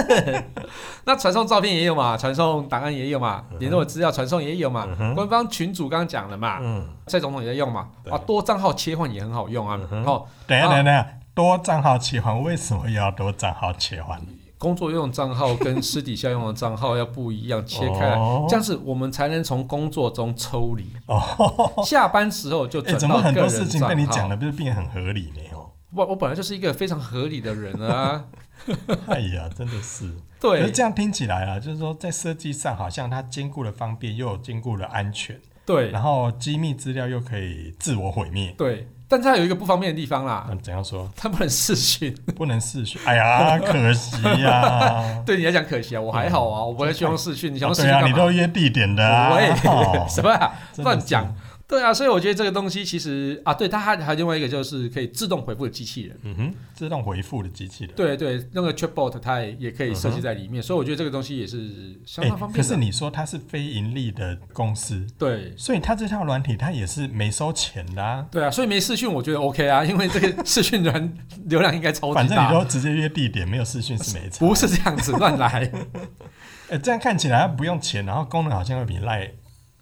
Speaker 1: 那传送照片也有嘛，传送档案也有嘛，联络资料传送也有嘛
Speaker 2: 嗯，哼
Speaker 1: 官方群主刚刚讲了嘛，
Speaker 2: 嗯，
Speaker 1: 蔡总统也在用嘛，
Speaker 2: 对
Speaker 1: 啊，多账号切换也很好用啊
Speaker 2: 嗯，哼
Speaker 1: 哦，
Speaker 2: 等一下，
Speaker 1: 啊
Speaker 2: 等一下，多账号切换，为什么又要多账号切换？
Speaker 1: 工作用账号跟私底下用的账号要不一样，切开来
Speaker 2: 哦，
Speaker 1: 这样子我们才能从工作中抽离。
Speaker 2: 哦，
Speaker 1: 下班时候就
Speaker 2: 哎、
Speaker 1: 转
Speaker 2: 怎么
Speaker 1: 到
Speaker 2: 很
Speaker 1: 个
Speaker 2: 多事
Speaker 1: 人
Speaker 2: 情被你
Speaker 1: 账
Speaker 2: 讲
Speaker 1: 号。
Speaker 2: 的，不是变得很合理呢？哦，
Speaker 1: 我我本来就是一个非常合理的人啊，
Speaker 2: 哎呀，真的是。可
Speaker 1: 对
Speaker 2: 是这样听起来啊，就是说在设计上，好像它兼顾了方便，又有兼顾了安全，
Speaker 1: 对
Speaker 2: 然后机密资料又可以自我毁灭。
Speaker 1: 对，但它有一个不方便的地方啦，
Speaker 2: 那怎样说？
Speaker 1: 它不能视讯。
Speaker 2: 不能视讯？哎呀，可惜呀、啊。
Speaker 1: 对你来讲可惜啊，我还好啊，我不会去用视讯， 你想用视
Speaker 2: 对
Speaker 1: 讯
Speaker 2: 啊，
Speaker 1: 干
Speaker 2: 你
Speaker 1: 嘛？
Speaker 2: 都约地点的啊。
Speaker 1: 喂
Speaker 2: 哦
Speaker 1: 什么啊
Speaker 2: 真的是
Speaker 1: 乱讲？对啊，所以我觉得这个东西其实啊，对它还还有另外一个就是可以自动回复的机器人。
Speaker 2: 嗯哼，自动回复的机器人。
Speaker 1: 对对，那个 chatbot 它也也可以设计在里面，所以我觉得这个东西也是相
Speaker 2: 哎，
Speaker 1: 当方
Speaker 2: 嗯可
Speaker 1: 便的。
Speaker 2: 是你说它是非盈利的公司，
Speaker 1: 对
Speaker 2: 所以它这套软体它也是没收钱的、啊，
Speaker 1: 对啊，所以没视讯我觉得 OK 啊， 因为这个视讯软流量应该超级大。
Speaker 2: 反正你都直接约地点，没有视讯是没差。
Speaker 1: 不是这样子乱 来，
Speaker 2: 哎、这样看起来它不用钱，然后功能好像会比赖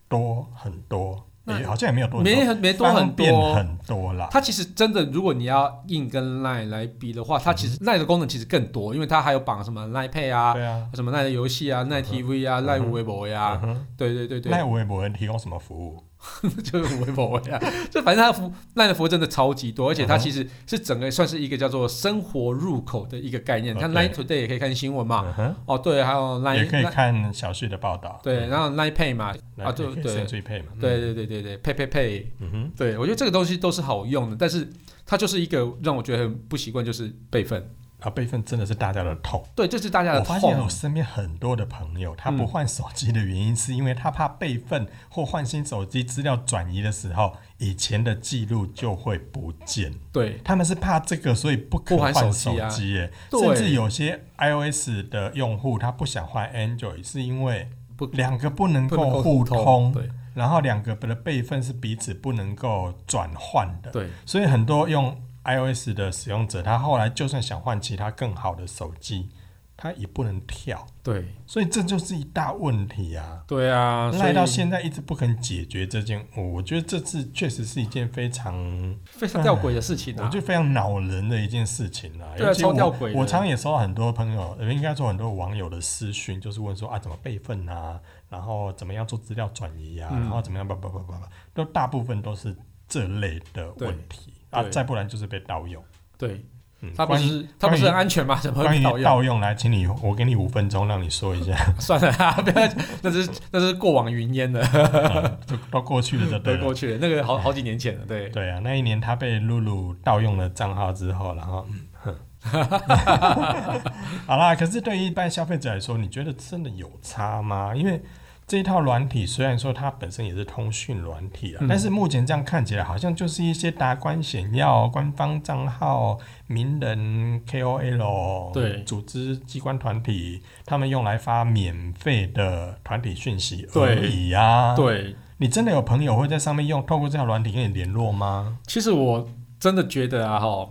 Speaker 2: 多很多，
Speaker 1: 那
Speaker 2: 哎好像也没有多很多
Speaker 1: 没很没多
Speaker 2: 方
Speaker 1: 很
Speaker 2: 便
Speaker 1: 多。
Speaker 2: 很多啦。
Speaker 1: 它其实真的，如果你要硬跟 Line 来比的
Speaker 2: 嗯
Speaker 1: 话，它其实 Line 的功能其实更多，因为它还有绑什么 Line Pay 啊，
Speaker 2: 对嗯啊，
Speaker 1: 什么 Line 的游戏啊，Line TV 啊，Line 微博呀，对对对对，
Speaker 2: 赖我也不会提供什么服务。
Speaker 1: 就是微博呀， 就反正它的服 Line 的服务真的超级多，而且它
Speaker 2: 嗯哼
Speaker 1: 其实是整个算是一个叫做生活入口的一个概念。你看
Speaker 2: OK
Speaker 1: Line Today 也可以看新闻嘛，
Speaker 2: 嗯哼，
Speaker 1: 哦对，还有
Speaker 2: 也
Speaker 1: Line
Speaker 2: 可以
Speaker 1: Line-
Speaker 2: 看小旭的报道。
Speaker 1: 对，然后 Line Pay 嘛，
Speaker 2: 那
Speaker 1: 啊
Speaker 2: 也可
Speaker 1: 对
Speaker 2: 以
Speaker 1: 对
Speaker 2: 先追配嘛。嗯，
Speaker 1: 对对对对对，Pay Pay Pay。
Speaker 2: 嗯哼。
Speaker 1: 对，我觉得这个东西都是好用的，但是它就是一个让我觉得很不习惯，就是备份。
Speaker 2: 啊，备份真的是大家的痛。
Speaker 1: 对，啊这是大家的
Speaker 2: 我发现我
Speaker 1: 痛。
Speaker 2: 身边很多的朋友，他不
Speaker 1: 嗯
Speaker 2: 换手机的原因，是因为他怕备份或换新手机资料转移的时候，以前的记录就会不见。
Speaker 1: 对
Speaker 2: 他们是怕这个，所以不肯
Speaker 1: 不换
Speaker 2: 换
Speaker 1: 手
Speaker 2: 手
Speaker 1: 机啊
Speaker 2: 机耶、
Speaker 1: 对
Speaker 2: 甚至有些 iOS 的用户，他不想换 Android，是因为
Speaker 1: 不
Speaker 2: 两个不能
Speaker 1: 不能
Speaker 2: 够
Speaker 1: 够
Speaker 2: 互通，
Speaker 1: 对
Speaker 2: 然后两个的备份是彼此不能够转换的。
Speaker 1: 对
Speaker 2: 所以很多用 iOS 的使用者，他后来就算想换其他更好的手机，他也不能跳，
Speaker 1: 对
Speaker 2: 所以这就是一大问题啊！
Speaker 1: 对啊，所
Speaker 2: 赖
Speaker 1: 以
Speaker 2: 到现在一直不肯解决这件，我觉得这次确实是一件非常，
Speaker 1: 非常吊诡的事情
Speaker 2: 我
Speaker 1: 啊
Speaker 2: 觉。得非常恼人的一件事情啊！
Speaker 1: 对啊
Speaker 2: 尤其我
Speaker 1: 超吊诡的
Speaker 2: 我常也收到很多朋友，呃应该说很多网友的私讯，就是问说啊，怎么备份啊，然后怎么样做资料转移啊，
Speaker 1: 嗯
Speaker 2: 然后怎么样，不不不不不，都大部分都是这类的
Speaker 1: 对
Speaker 2: 问题啊，
Speaker 1: 对
Speaker 2: 再不然就是被盗用。
Speaker 1: 对，
Speaker 2: 嗯
Speaker 1: 它不
Speaker 2: 关于
Speaker 1: 是它不是很
Speaker 2: 关于
Speaker 1: 安全吗？怎么
Speaker 2: 关
Speaker 1: 会
Speaker 2: 于
Speaker 1: 导游？
Speaker 2: 盗用来，请你我给你五分钟，让你说 一下，
Speaker 1: 算了啊，不要，那是那是过往云烟的，
Speaker 2: 嗯都都过去了就 对
Speaker 1: 都
Speaker 2: 了
Speaker 1: 过。去了，那个好好几年前了，对，
Speaker 2: 对啊，那一年他被露露盗用了账号之后，然后，嗯哼 好啦。可是对于一般消费者来说，你觉得真的有差吗？因为这一套软体虽然说它本身也是通讯软体啊，
Speaker 1: 嗯
Speaker 2: 但是目前这样看起来，好像就是一些达官显要、官方账号、名人 KOL、
Speaker 1: 对
Speaker 2: 组织、机关团体，他们用来发免费的团体讯息而
Speaker 1: 对
Speaker 2: 已啊。，
Speaker 1: 对，
Speaker 2: 你真的有朋友会在上面用透过这条软体跟你联络吗？
Speaker 1: 其实我真的觉得啊，哈，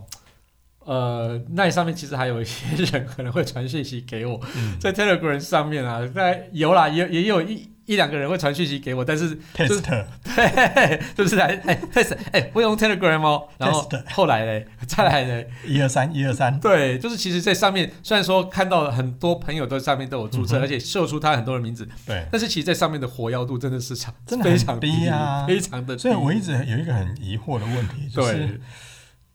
Speaker 1: 呃，那上面其实还有一些人可能会传讯息给我，
Speaker 2: 嗯
Speaker 1: 在 Telegram 上面啊，在有啦，也也有一一两个人会传讯息给我，但是
Speaker 2: test
Speaker 1: 对，就是来哎，开始哎，会用 Telegram 哦，然 后
Speaker 2: Test
Speaker 1: 后来嘞，再来嘞，
Speaker 2: 一二三一二三，
Speaker 1: 对，就是其实，在上面虽然说看到很多朋友都在上面都有注册，
Speaker 2: 嗯哼
Speaker 1: 而且秀出他很多的名字，
Speaker 2: 对，
Speaker 1: 但是其实，在上面的活跃度真的是常
Speaker 2: 真的很
Speaker 1: 非常
Speaker 2: 低啊
Speaker 1: 非常的低。
Speaker 2: 所以我一直有一个很疑惑的问题，就是
Speaker 1: 对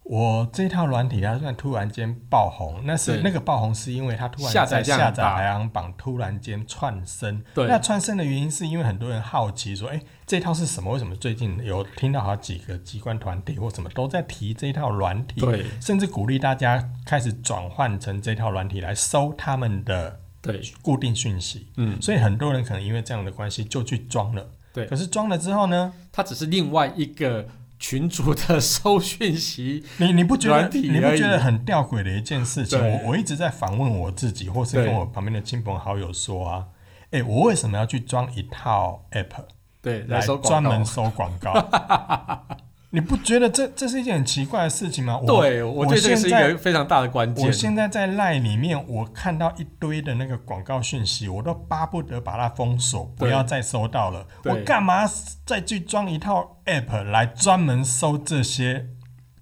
Speaker 2: 我这套软体它算突然间爆红，那是
Speaker 1: 对
Speaker 2: 那个爆红是因为它突然
Speaker 1: 下载
Speaker 2: 在
Speaker 1: 量
Speaker 2: 下载
Speaker 1: 大
Speaker 2: 排行榜突然间窜升，
Speaker 1: 对
Speaker 2: 那窜升的原因是因为很多人好奇说，哎，这套是什么？为什么最近有听到好几个机关团体或什么都在提这套软体？
Speaker 1: 对
Speaker 2: 甚至鼓励大家开始转换成这套软体来收他们的
Speaker 1: 对，
Speaker 2: 固定讯息，
Speaker 1: 嗯，
Speaker 2: 所以很多人可能因为这样的关系就去装了。
Speaker 1: 对
Speaker 2: 可是装了之后呢？
Speaker 1: 它只是另外一个群主的收讯息。
Speaker 2: 你你不觉得
Speaker 1: 软体
Speaker 2: 你不
Speaker 1: 而已
Speaker 2: 觉得很吊诡的一件事情？
Speaker 1: 对
Speaker 2: 我我一直在反问我自己，或是跟
Speaker 1: 对
Speaker 2: 我旁边的亲朋好友说啊，哎、我为什么要去装一套 app
Speaker 1: 对，来
Speaker 2: 来
Speaker 1: 收广
Speaker 2: 专
Speaker 1: 告
Speaker 2: 门。收广告？ 你不觉得这这是一件很奇怪的事情吗？我，
Speaker 1: 对，我觉得这个是一
Speaker 2: 我现
Speaker 1: 个非常大的关键
Speaker 2: 我。现在在 line 里面，我看到一堆的那个广告讯息，我都巴不得把它封锁，不
Speaker 1: 对
Speaker 2: 要再收到了。
Speaker 1: 对
Speaker 2: 我干嘛再去装一套 app 来专门收这些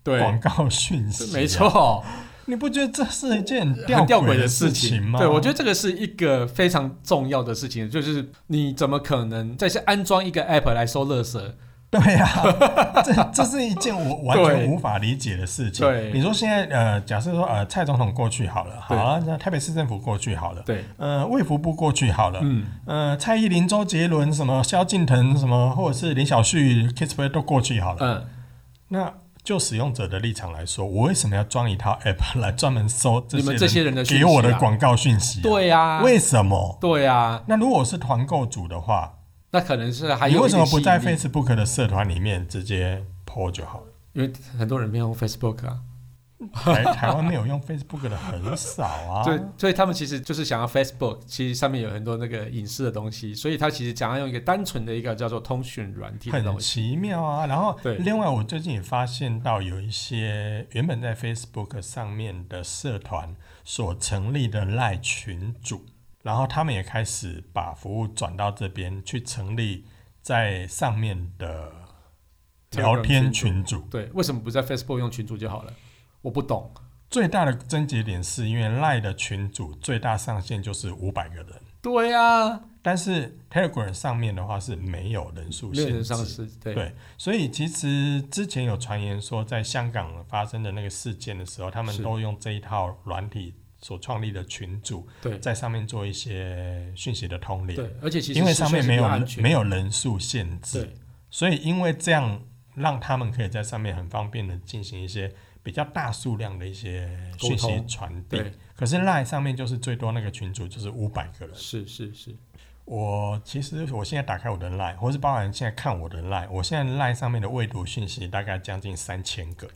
Speaker 1: 对，
Speaker 2: 广告讯息、啊
Speaker 1: 没。错，
Speaker 2: 你不觉得这是一件很
Speaker 1: 很吊诡
Speaker 2: 的
Speaker 1: 的事
Speaker 2: 情
Speaker 1: 情
Speaker 2: 吗？
Speaker 1: 对，我觉得这个是一个非常重要的事情，就是你怎么可能再去安装一个 app 来收垃圾？
Speaker 2: 得对呀、啊， 这这是一件我完全
Speaker 1: 对
Speaker 2: 无法理解的事情。
Speaker 1: 对
Speaker 2: 你说现在呃，假设说呃，蔡总统过去好了，好
Speaker 1: 对
Speaker 2: 啊，那台北市政府过去好了，
Speaker 1: 对，
Speaker 2: 呃，卫福部过去好了，
Speaker 1: 嗯，
Speaker 2: 呃，蔡依林、周杰伦、什么萧敬腾、什么或者是林小旭、Kissplay 都过去好了。
Speaker 1: 嗯，
Speaker 2: 那就使用者的立场来说，我为什么要装一套 app 来专门收这
Speaker 1: 你
Speaker 2: 些
Speaker 1: 们这些人的讯息
Speaker 2: 给
Speaker 1: 啊
Speaker 2: 我的广告讯息、，啊
Speaker 1: 对啊呀，
Speaker 2: 为什么？
Speaker 1: 对呀，
Speaker 2: 那如果我是团购组的话，
Speaker 1: 那可能是还
Speaker 2: 你
Speaker 1: 有
Speaker 2: 为什么不在
Speaker 1: 一点吸引力
Speaker 2: Facebook 的社团里面直接 PO 就好了？
Speaker 1: 因为很多人没有用 Facebook 啊，
Speaker 2: 台台湾没有用 Facebook 的很少 啊。
Speaker 1: 对，所以他们其实就是想要 Facebook，其实上面有很多那个影视的东西，所以他其实想要用一个单纯的一个叫做通讯软体的
Speaker 2: 很
Speaker 1: 东西。
Speaker 2: 奇妙啊！然后，
Speaker 1: 对
Speaker 2: 另外我最近也发现到有一些原本在 Facebook 上面的社团所成立的赖群组，然后他们也开始把服务转到这边去成立在上面的聊天群组。
Speaker 1: 对，为什么不在 Facebook 用群主就好了？我不懂。
Speaker 2: 最大的症结点是因为赖的群组最大上限就是五百个人。
Speaker 1: 对呀、啊，
Speaker 2: 但是 Telegram 上面的话是没有人数
Speaker 1: 没有
Speaker 2: 限
Speaker 1: 人上
Speaker 2: 制，
Speaker 1: 市。对
Speaker 2: 对所以其实之前有传言说，在香港发生的那个事件的时候，他们
Speaker 1: 是
Speaker 2: 都用这一套软体所创立的群组，
Speaker 1: 对
Speaker 2: 在上面做一些讯息的通联，
Speaker 1: 对，而且其实
Speaker 2: 因为上面没有
Speaker 1: 安全，
Speaker 2: 没
Speaker 1: 有
Speaker 2: 有人数限制，
Speaker 1: 对
Speaker 2: 所以因为这样让他们可以在上面很方便的进行一些比较大数量的一些
Speaker 1: 沟
Speaker 2: 讯息
Speaker 1: 通
Speaker 2: 传递
Speaker 1: 对。，
Speaker 2: 可是 Line 上面就是最多那个群组就是五百个人。
Speaker 1: 是是是，
Speaker 2: 我其实我现在打开我的 Line，或是包含现在看我的 Line，我现在 Line 上面的未读讯息大概将近三千 个，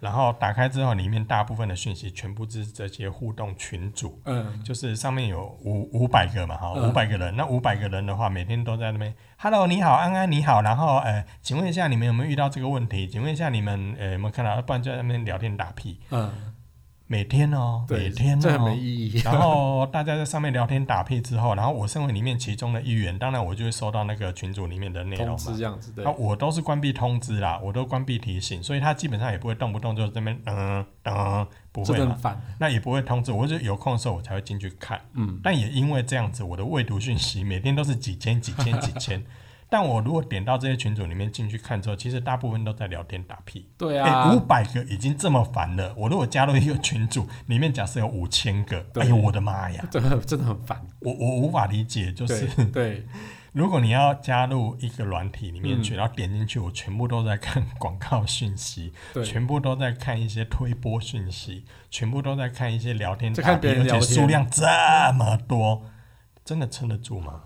Speaker 2: 然后打开之后，里面大部分的讯息全部是这些互动群组，
Speaker 1: 嗯，
Speaker 2: 就是上面有五五百个嘛，哈，
Speaker 1: 嗯
Speaker 2: 五百个人，那五百个人的话，每天都在那边，Hello，你好，安安你好，然后呃，请问一下你们有没有遇到这个问题？请问一下你们呃有没有看到？不然就在那边聊天打屁，
Speaker 1: 嗯，
Speaker 2: 每天哦，
Speaker 1: 对，
Speaker 2: 每天哦，
Speaker 1: 这很没意义。
Speaker 2: 然后大家在上面聊天打屁之后，然后我身为里面其中的一员，当然我就会收到那个群组里面的内
Speaker 1: 通
Speaker 2: 容
Speaker 1: 知
Speaker 2: 嘛。啊
Speaker 1: 这样子，对
Speaker 2: 那，我都是关闭通知啦，我都关闭提醒，所以他基本上也不会动不动就这边嗯嗯，不
Speaker 1: 真
Speaker 2: 会
Speaker 1: 的很
Speaker 2: 嘛，
Speaker 1: 烦。
Speaker 2: 那也不会通知我，就有空的时候我才会进去看。
Speaker 1: 嗯，
Speaker 2: 但也因为这样子，我的未读讯息每天都是几千、几千、几千。 但我如果点到这些群组里面进去看之后，其实大部分都在聊天打屁。
Speaker 1: 对啊，
Speaker 2: 哎，五百个已经这么烦了，我如果加入一个群组，里面假设有五千个，
Speaker 1: 对
Speaker 2: 哎呦我的妈呀，
Speaker 1: 真的真的很烦。
Speaker 2: 我我无法理解，就是
Speaker 1: 对对，
Speaker 2: 如果你要加入一个软体里面
Speaker 1: 嗯
Speaker 2: 去，然后点进去，我全部都在看广告讯息，
Speaker 1: 对
Speaker 2: 全部都在看一些推播讯息，全部都在看一些聊天
Speaker 1: 在
Speaker 2: 打屁，
Speaker 1: 看别人聊
Speaker 2: 而
Speaker 1: 天
Speaker 2: 且数量这么多，真的撑得住吗？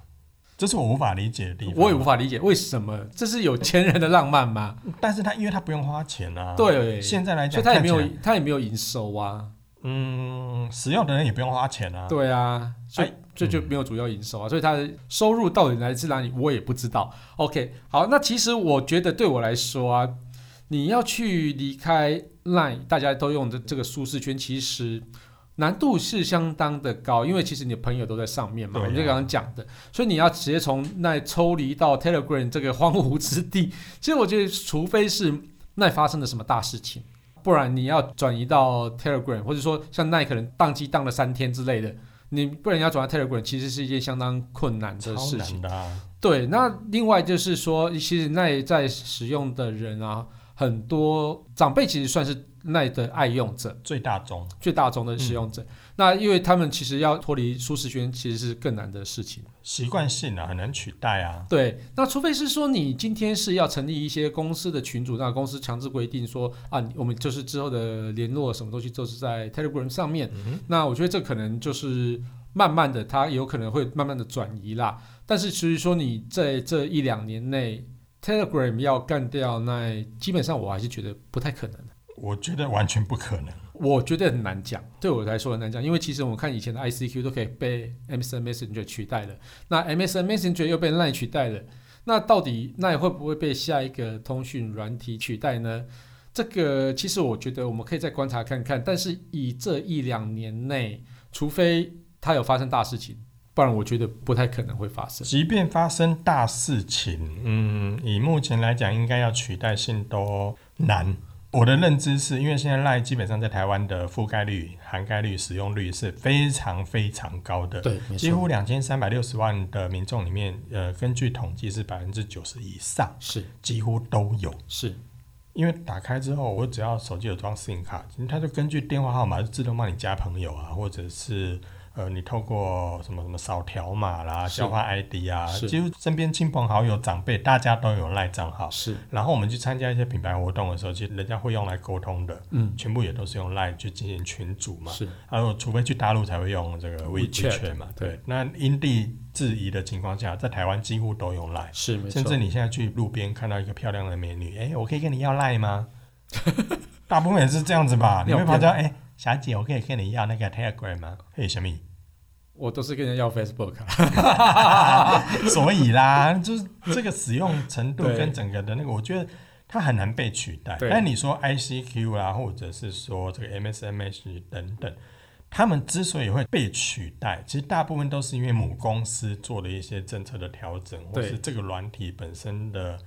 Speaker 2: 这是我无法理解的地方。
Speaker 1: 我也无法理解为什么这是有钱人的浪漫吗？
Speaker 2: 但是他因为他不用花钱啊，
Speaker 1: 对
Speaker 2: 现在来
Speaker 1: 所以他
Speaker 2: 讲，
Speaker 1: 也没有
Speaker 2: 看起来，
Speaker 1: 他也没有营收啊。
Speaker 2: 嗯，使用的人也不用花钱啊，
Speaker 1: 对啊，所以
Speaker 2: 哎
Speaker 1: 这就没有主要营收啊，所以他的收入到底来自哪里，我也不知道。OK，好，那其实我觉得对我来说啊，你要去离开 Line，大家都用的这个舒适圈，其实难度是相当的高，因为其实你的朋友都在上面嘛，
Speaker 2: 对啊
Speaker 1: 我们就刚刚讲的，所以你要直接从那抽离到 Telegram 这个荒芜之地，其实我觉得，除非是那发生了什么大事情。不然你要转移到 Telegram，或者说像那可能宕机宕了三天之类的，你不然你要转到 Telegram，其实是一件相当困难
Speaker 2: 超
Speaker 1: 的事情
Speaker 2: 难。的、啊。
Speaker 1: 对，那另外就是说，其实奈在使用的人啊，很多长辈其实算是奈的爱用者，
Speaker 2: 最大宗，
Speaker 1: 最大众的使用
Speaker 2: 嗯
Speaker 1: 者。那因为他们其实要脱离舒适圈，其实是更难的事情。
Speaker 2: 习惯性啊，很难取代啊。
Speaker 1: 对，那除非是说你今天是要成立一些公司的群组，那公司强制规定说啊，你我们就是之后的联络什么东西都是在 Telegram 上面。那我觉得这可能就是慢慢的，它有可能会慢慢的转移啦。但是至于说你在这一两年内 Telegram 要干掉，那基本上我还是觉得不太可能。
Speaker 2: 我觉得完全不可能。
Speaker 1: 我觉得很难讲，对我来说很难讲，因为其实我们看以前的 ICQ 都可以被 MSN Messenger 取代了，那 MSN Messenger 又被 Line 取代了，那到底 Line 会不会被下一个通讯软体取代呢？这个其实我觉得我们可以再观察看看，但是以这一两年内，除非它有发生大事情，不然我觉得不太可能会发生。
Speaker 2: 即便发生大事情，嗯，以目前来讲，应该要取代性都难。我的认知是因为现在赖基本上在台湾的覆盖率、涵盖率、使用率是非常非常高的，
Speaker 1: 对，没
Speaker 2: 几
Speaker 1: 错，
Speaker 2: 乎两千三百六十万的民众里面，呃，根据统计是百分之九十以上，
Speaker 1: 是
Speaker 2: 几乎都有。
Speaker 1: 是，
Speaker 2: 因为打开之后，我只要手机有装 SIM 卡，它就根据电话号码就自动帮你加朋友啊，或者是呃，你透过什么什么扫条码啦、
Speaker 1: 是
Speaker 2: 交换 ID 啊，
Speaker 1: 是
Speaker 2: 几乎身边亲朋好友、长辈大家都有赖账号。
Speaker 1: 是，
Speaker 2: 然后我们去参加一些品牌活动的时候，其实人家会用来沟通的，
Speaker 1: 嗯，
Speaker 2: 全部也都是用赖去进行群组嘛。
Speaker 1: 是，
Speaker 2: 还有，除非去大陆才会用这个
Speaker 1: WeChat
Speaker 2: WeChat 嘛。
Speaker 1: 对
Speaker 2: 对，那因地制宜的情况下，在台湾几乎都用赖。
Speaker 1: 是，没
Speaker 2: 甚
Speaker 1: 错
Speaker 2: 至，你现在去路边看到一个漂亮的美女，哎、我可以跟你要赖吗？ 大部分也是这样子吧。你
Speaker 1: 要
Speaker 2: 会发现，哎、小姐，我可以跟你要那个 Telegram 吗？嘿，小米，
Speaker 1: 我都是跟人家要 Facebook 啊。
Speaker 2: 所以啦， 就是这个使用程度
Speaker 1: 对
Speaker 2: 跟整个的那个，我觉得它很难被取代。
Speaker 1: 对
Speaker 2: 但你说 ICQ 啦，或者是说这个 MSMS 等等。他们之所以会被取代，其实大部分都是因为母公司做了一些政策的调整，或
Speaker 1: 对
Speaker 2: 是这个软体本身的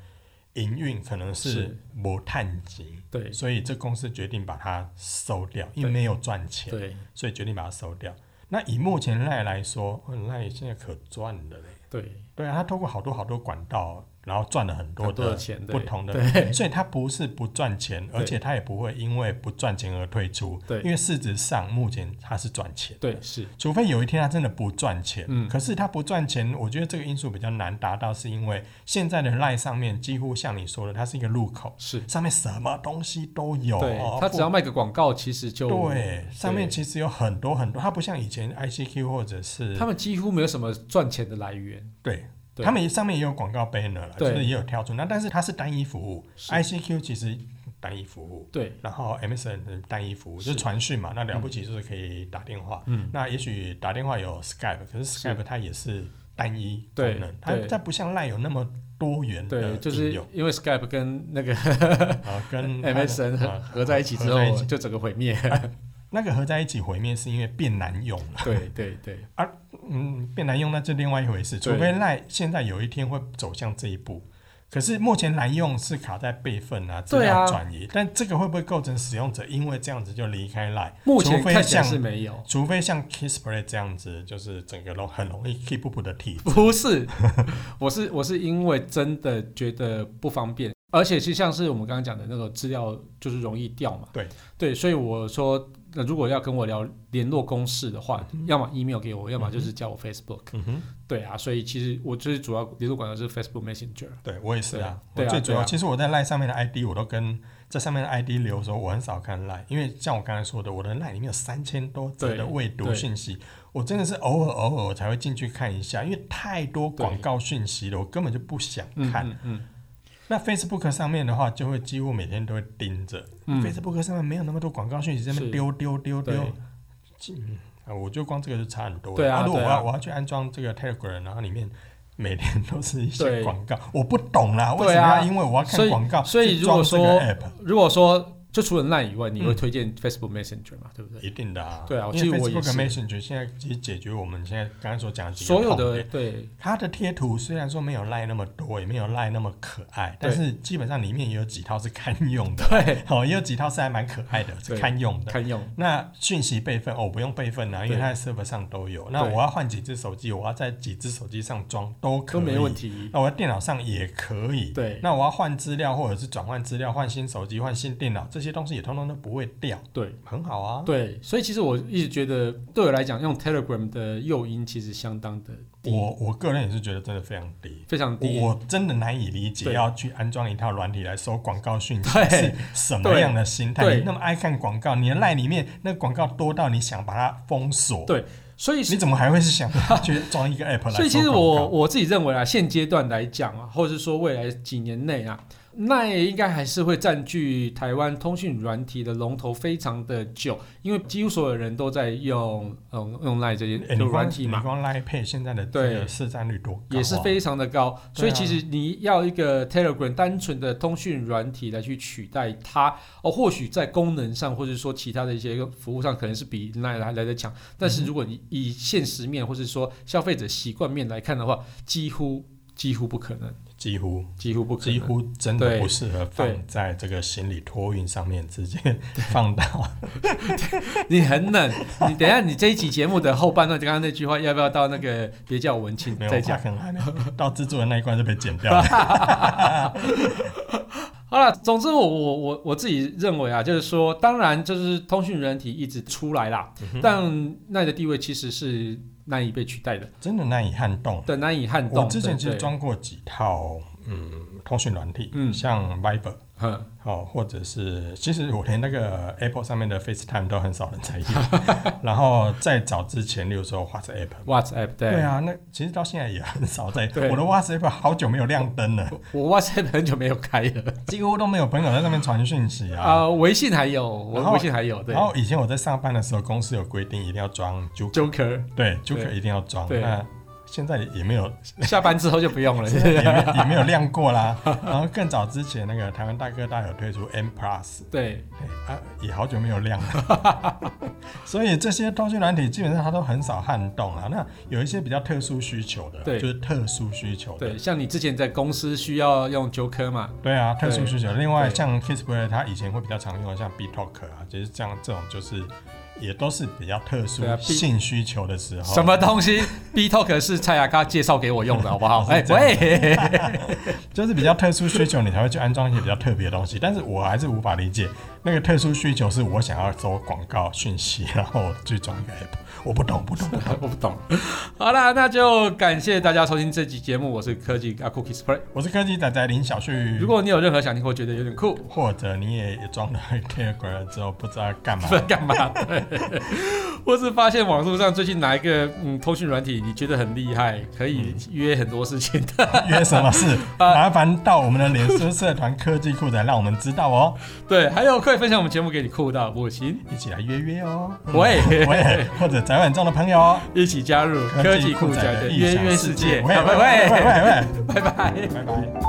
Speaker 2: 营运可能是
Speaker 1: 是
Speaker 2: 无碳级，
Speaker 1: 对
Speaker 2: 所以这公司决定把它收掉，因为
Speaker 1: 对
Speaker 2: 没有赚钱，
Speaker 1: 对
Speaker 2: 所以决定把它收掉。那以目前赖来说，哦赖、现在可赚了嘞。
Speaker 1: 对，
Speaker 2: 对啊，他透过好多好多管道，然后赚了很多
Speaker 1: 很多
Speaker 2: 的
Speaker 1: 的钱对
Speaker 2: 不同的，
Speaker 1: 对
Speaker 2: 所以他不是不赚钱，而且他也不会因为不赚钱而退出，
Speaker 1: 对
Speaker 2: 因为市值上目前他是赚钱，
Speaker 1: 对，是，
Speaker 2: 除非有一天他真的不赚钱，
Speaker 1: 嗯
Speaker 2: 可是他不赚钱，我觉得这个因素比较难达到，是因为现在的赖上面几乎像你说的，它是一个入口，
Speaker 1: 是。
Speaker 2: 上面什么东西都有，
Speaker 1: 对，
Speaker 2: 哦
Speaker 1: 他只要卖个广告，其实就
Speaker 2: 对上面
Speaker 1: 对
Speaker 2: 其实有很多很多，它不像以前 ICQ 或者是
Speaker 1: 他们几乎没有什么赚钱的来源。
Speaker 2: 对，
Speaker 1: 对
Speaker 2: 他们上面也有广告 banner 了，就
Speaker 1: 对
Speaker 2: 是也有跳出，那但是它是单一服务
Speaker 1: 是
Speaker 2: ，ICQ 其实单一服务，
Speaker 1: 对
Speaker 2: 然后 MSN 是单一服务
Speaker 1: 是
Speaker 2: 就是传讯嘛，那了不起就是可以打电话，
Speaker 1: 嗯，
Speaker 2: 那也许打电话有 Skype，可是
Speaker 1: 是
Speaker 2: Skype 它也是单一
Speaker 1: 对
Speaker 2: 功能，它
Speaker 1: 对
Speaker 2: 它不像 Line 有那么多元的
Speaker 1: 对，就是
Speaker 2: 应 用
Speaker 1: 因为 Skype 跟那个
Speaker 2: 啊， 跟
Speaker 1: MSN
Speaker 2: 它的
Speaker 1: 合合在一起之
Speaker 2: 合在一
Speaker 1: 后，
Speaker 2: 起
Speaker 1: 就整个毁灭。
Speaker 2: 那个合在一起毁灭是因为变难用了，
Speaker 1: 对对 对，
Speaker 2: 嗯，变难用那是另外一回事，除
Speaker 1: 对
Speaker 2: 非 Line 现在有一天会走向这一步。可是目前难用是卡在备份啊、资
Speaker 1: 对啊
Speaker 2: 料转移，但这个会不会构成使用者因为这样子就离开 Line？
Speaker 1: 目前
Speaker 2: 除非
Speaker 1: 看起来
Speaker 2: 像
Speaker 1: 是没有，
Speaker 2: 除非像 Kissplay 这样子，就是整个都很容易 keep up 的体
Speaker 1: 不是，我是我是因为真的觉得不方便，而且是像是我们刚刚讲的那个资料就是容易掉嘛。
Speaker 2: 对
Speaker 1: 对，所以我说，那如果要跟我聊联络公式的话，要么 email 给我，要么就是加我 Facebook、
Speaker 2: 嗯哼，
Speaker 1: 对啊，所以其实我最主要联络管道是 Facebook Messenger。
Speaker 2: 对我也是啊。
Speaker 1: 对对啊
Speaker 2: 我最主要，
Speaker 1: 对啊
Speaker 2: 其实我在 Line 上面的 ID 我都跟这上面的 ID 留的时候，我很少看 Line，因为像我刚才说的，我的 Line 里面有三千多则
Speaker 1: 对
Speaker 2: 的未读
Speaker 1: 对
Speaker 2: 讯息，我真的是偶尔偶尔我才会进去看一下，因为太多广
Speaker 1: 对
Speaker 2: 告讯息了，我根本就不想
Speaker 1: 嗯
Speaker 2: 看。
Speaker 1: 嗯嗯，
Speaker 2: 那 Facebook 上面的话，就会几乎每天都会盯着。
Speaker 1: 嗯
Speaker 2: Facebook 上面没有那么多广告讯息，在那边
Speaker 1: 是
Speaker 2: 丢丢丢丢
Speaker 1: 对。
Speaker 2: 嗯啊，我就光这个就差很多了。
Speaker 1: 对啊
Speaker 2: 如果我
Speaker 1: 对
Speaker 2: 要、
Speaker 1: 啊
Speaker 2: 我要去安装这个 Telegram，然后里面每天都是一些
Speaker 1: 对
Speaker 2: 广告，我不懂啦，为
Speaker 1: 对啊
Speaker 2: 什么要因为我要
Speaker 1: 所
Speaker 2: 看
Speaker 1: 以
Speaker 2: 广告
Speaker 1: 所以
Speaker 2: 去
Speaker 1: 如
Speaker 2: 装
Speaker 1: 果
Speaker 2: 这
Speaker 1: 说
Speaker 2: 个 app？
Speaker 1: 如果说就除了 Line 以外，你会
Speaker 2: 嗯
Speaker 1: 推荐 Facebook Messenger 嘛？对不对？
Speaker 2: 一定的啊，
Speaker 1: 对啊
Speaker 2: 因为
Speaker 1: 其实我
Speaker 2: Facebook
Speaker 1: 也
Speaker 2: Messenger 现在其实解决我们现在刚才所讲的几个
Speaker 1: 所有
Speaker 2: 痛
Speaker 1: 的
Speaker 2: 点
Speaker 1: 对
Speaker 2: 它的贴图虽然说没有赖那么多，也没有赖那么可爱，
Speaker 1: 对
Speaker 2: 但是基本上里面也有几套是 堪用的。
Speaker 1: 对
Speaker 2: 哦，也有几套是还蛮可爱的，是
Speaker 1: 对
Speaker 2: 堪用的。
Speaker 1: 堪用，
Speaker 2: 那讯息备份哦，我不用备份啊，因为
Speaker 1: 对
Speaker 2: 它在 server 上都有。那
Speaker 1: 对
Speaker 2: 我要换几只手机，我要在几只手机上装都可
Speaker 1: 都
Speaker 2: 以，
Speaker 1: 没问。题。
Speaker 2: 那我在电脑上也可以。
Speaker 1: 对
Speaker 2: 那我要换资料，或者是转换资料，换新手机，换新电脑，这些东西也通通都不会掉，
Speaker 1: 对
Speaker 2: 很好啊。
Speaker 1: 对，所以其实我一直觉得，对我来讲，用 Telegram 的诱因其实相当的低，
Speaker 2: 我我个人也是觉得真的非常低。
Speaker 1: 非常低。
Speaker 2: 我我真的难以理解，
Speaker 1: 对
Speaker 2: 要去安装一套软体来收广告讯息
Speaker 1: 对
Speaker 2: 是什么样的心态？
Speaker 1: 对
Speaker 2: 你那么爱看广告，你的 line 里面那广告多到你想把它封锁，
Speaker 1: 对所以
Speaker 2: 你怎么还会是想把它去装 一个 app 来收广告？
Speaker 1: 所以其实我我自己认为啊，现阶段来讲啊，或者是说未来几年内啊，那也应该还是会占据台湾通讯软体的龙头非常的久，因为几乎所有人都在用嗯用 Line 这些
Speaker 2: 诶
Speaker 1: 就
Speaker 2: 哎你
Speaker 1: 软
Speaker 2: 光
Speaker 1: 体
Speaker 2: 你
Speaker 1: 嘛。
Speaker 2: 光 line pay 现在的这
Speaker 1: 对
Speaker 2: 个市占率多高啊、
Speaker 1: 也是非常的高，
Speaker 2: 啊
Speaker 1: 所以其实你要一个 Telegram 单纯的通讯软体来去取代它，哦，或许在功能上或者说其他的一些服务上，可能是比 Line 来来的强，但
Speaker 2: 嗯
Speaker 1: 是如果你以现实面或是说消费者习惯面来看的话，几乎几乎不可能。
Speaker 2: 几乎。
Speaker 1: 几乎不可能，
Speaker 2: 几乎真的
Speaker 1: 对
Speaker 2: 不适
Speaker 1: 对
Speaker 2: 合放在这个行李托运上面，直接放到
Speaker 1: 你很冷。你等一下，你这一期节目的后半段，刚刚那句话要不要到那个别叫我文庆
Speaker 2: 没有
Speaker 1: 再
Speaker 2: 话
Speaker 1: 讲？
Speaker 2: 可能还没有 到制作人那一关就被剪掉了。
Speaker 1: 好了，总之我我我我自己认为啊，就是说，当然就是通讯人体一直出来啦，
Speaker 2: 嗯
Speaker 1: 但奈的地位其实是难以被取代的，
Speaker 2: 真的难以撼动。
Speaker 1: 对，难以撼动。
Speaker 2: 我哦之前其
Speaker 1: 对
Speaker 2: 实，装过几套嗯通讯软体，
Speaker 1: 嗯
Speaker 2: 像 Viber
Speaker 1: 对嗯，
Speaker 2: 哦，或者是其实我连那个 Apple 上面的 FaceTime 都很少 人在用。然后在早之前，例如说 WhatsApp。
Speaker 1: WhatsApp 对。
Speaker 2: 对啊，那其实到现在也很少在。
Speaker 1: 对
Speaker 2: 我的 WhatsApp 好久没有亮灯 了，
Speaker 1: 我我 WhatsApp 很久没有开了
Speaker 2: 几乎都没有朋友在上面传讯息 啊。
Speaker 1: 啊、微信还有，我
Speaker 2: 然后
Speaker 1: 微信还有，对
Speaker 2: 然后以前我在上班的时候，公司有规定一定要装 j u k
Speaker 1: ，Joker
Speaker 2: 对 j u k 一定要装。
Speaker 1: 对
Speaker 2: 那现在也 没有
Speaker 1: 下班之后就不用 了，
Speaker 2: 也没也没有亮过啦。然后更早之前那个台湾大哥大有推出 M Plus，
Speaker 1: 对，
Speaker 2: 哎啊也好久没有亮了。 所以这些通讯软体基本上它都很少撼动啊。那有一些比较特殊需求的，
Speaker 1: 对
Speaker 2: 就是特殊需求的
Speaker 1: 对，。像你之前在公司需要用 Joker 嘛，
Speaker 2: 对啊，特殊需求。另外，
Speaker 1: 对
Speaker 2: 像 Kissplay，它以前会比较常用的，像 BitTalk 啊，就是这样这种，就是也都是比较特殊
Speaker 1: 对啊，B-
Speaker 2: 性需求的时候。
Speaker 1: 什么东西？B Talk 是蔡雅刚介绍给我用的，好不好？哎、
Speaker 2: 是这
Speaker 1: 喂，
Speaker 2: 就是比较特殊需求，你才会去安装一些比较特别的东西。但是我还是无法理解，那个特殊需求是我想要收广告讯息，然后我去装一个 app，我 不懂，不懂，不懂。
Speaker 1: 我不懂。好啦，那就感谢大家收听这期节目，我是科技阿酷 Kiss Play。
Speaker 2: 我是科技仔仔林小旭。
Speaker 1: 如果你有任何想听或觉得有点酷，
Speaker 2: 或者你也装了 Telegram 之后不知道要干 嘛
Speaker 1: 不，知道干嘛，对，或是发现网络上最近哪一个嗯通讯软体你觉得很厉害，可以约很多事情的，
Speaker 2: 约什么事，麻烦到我们的脸书社团科技酷仔让我们知道哦，
Speaker 1: 对，还有可以分享我们节目给你酷到不行，
Speaker 2: 一起来约约哦。
Speaker 1: 喂，
Speaker 2: 喂，或者宅晚中的朋友哦，
Speaker 1: 一起加入科技酷宅的约约世界，
Speaker 2: 喂喂
Speaker 1: 拜
Speaker 2: 喂喂
Speaker 1: 拜，
Speaker 2: 喂，
Speaker 1: 拜拜。
Speaker 2: 拜拜。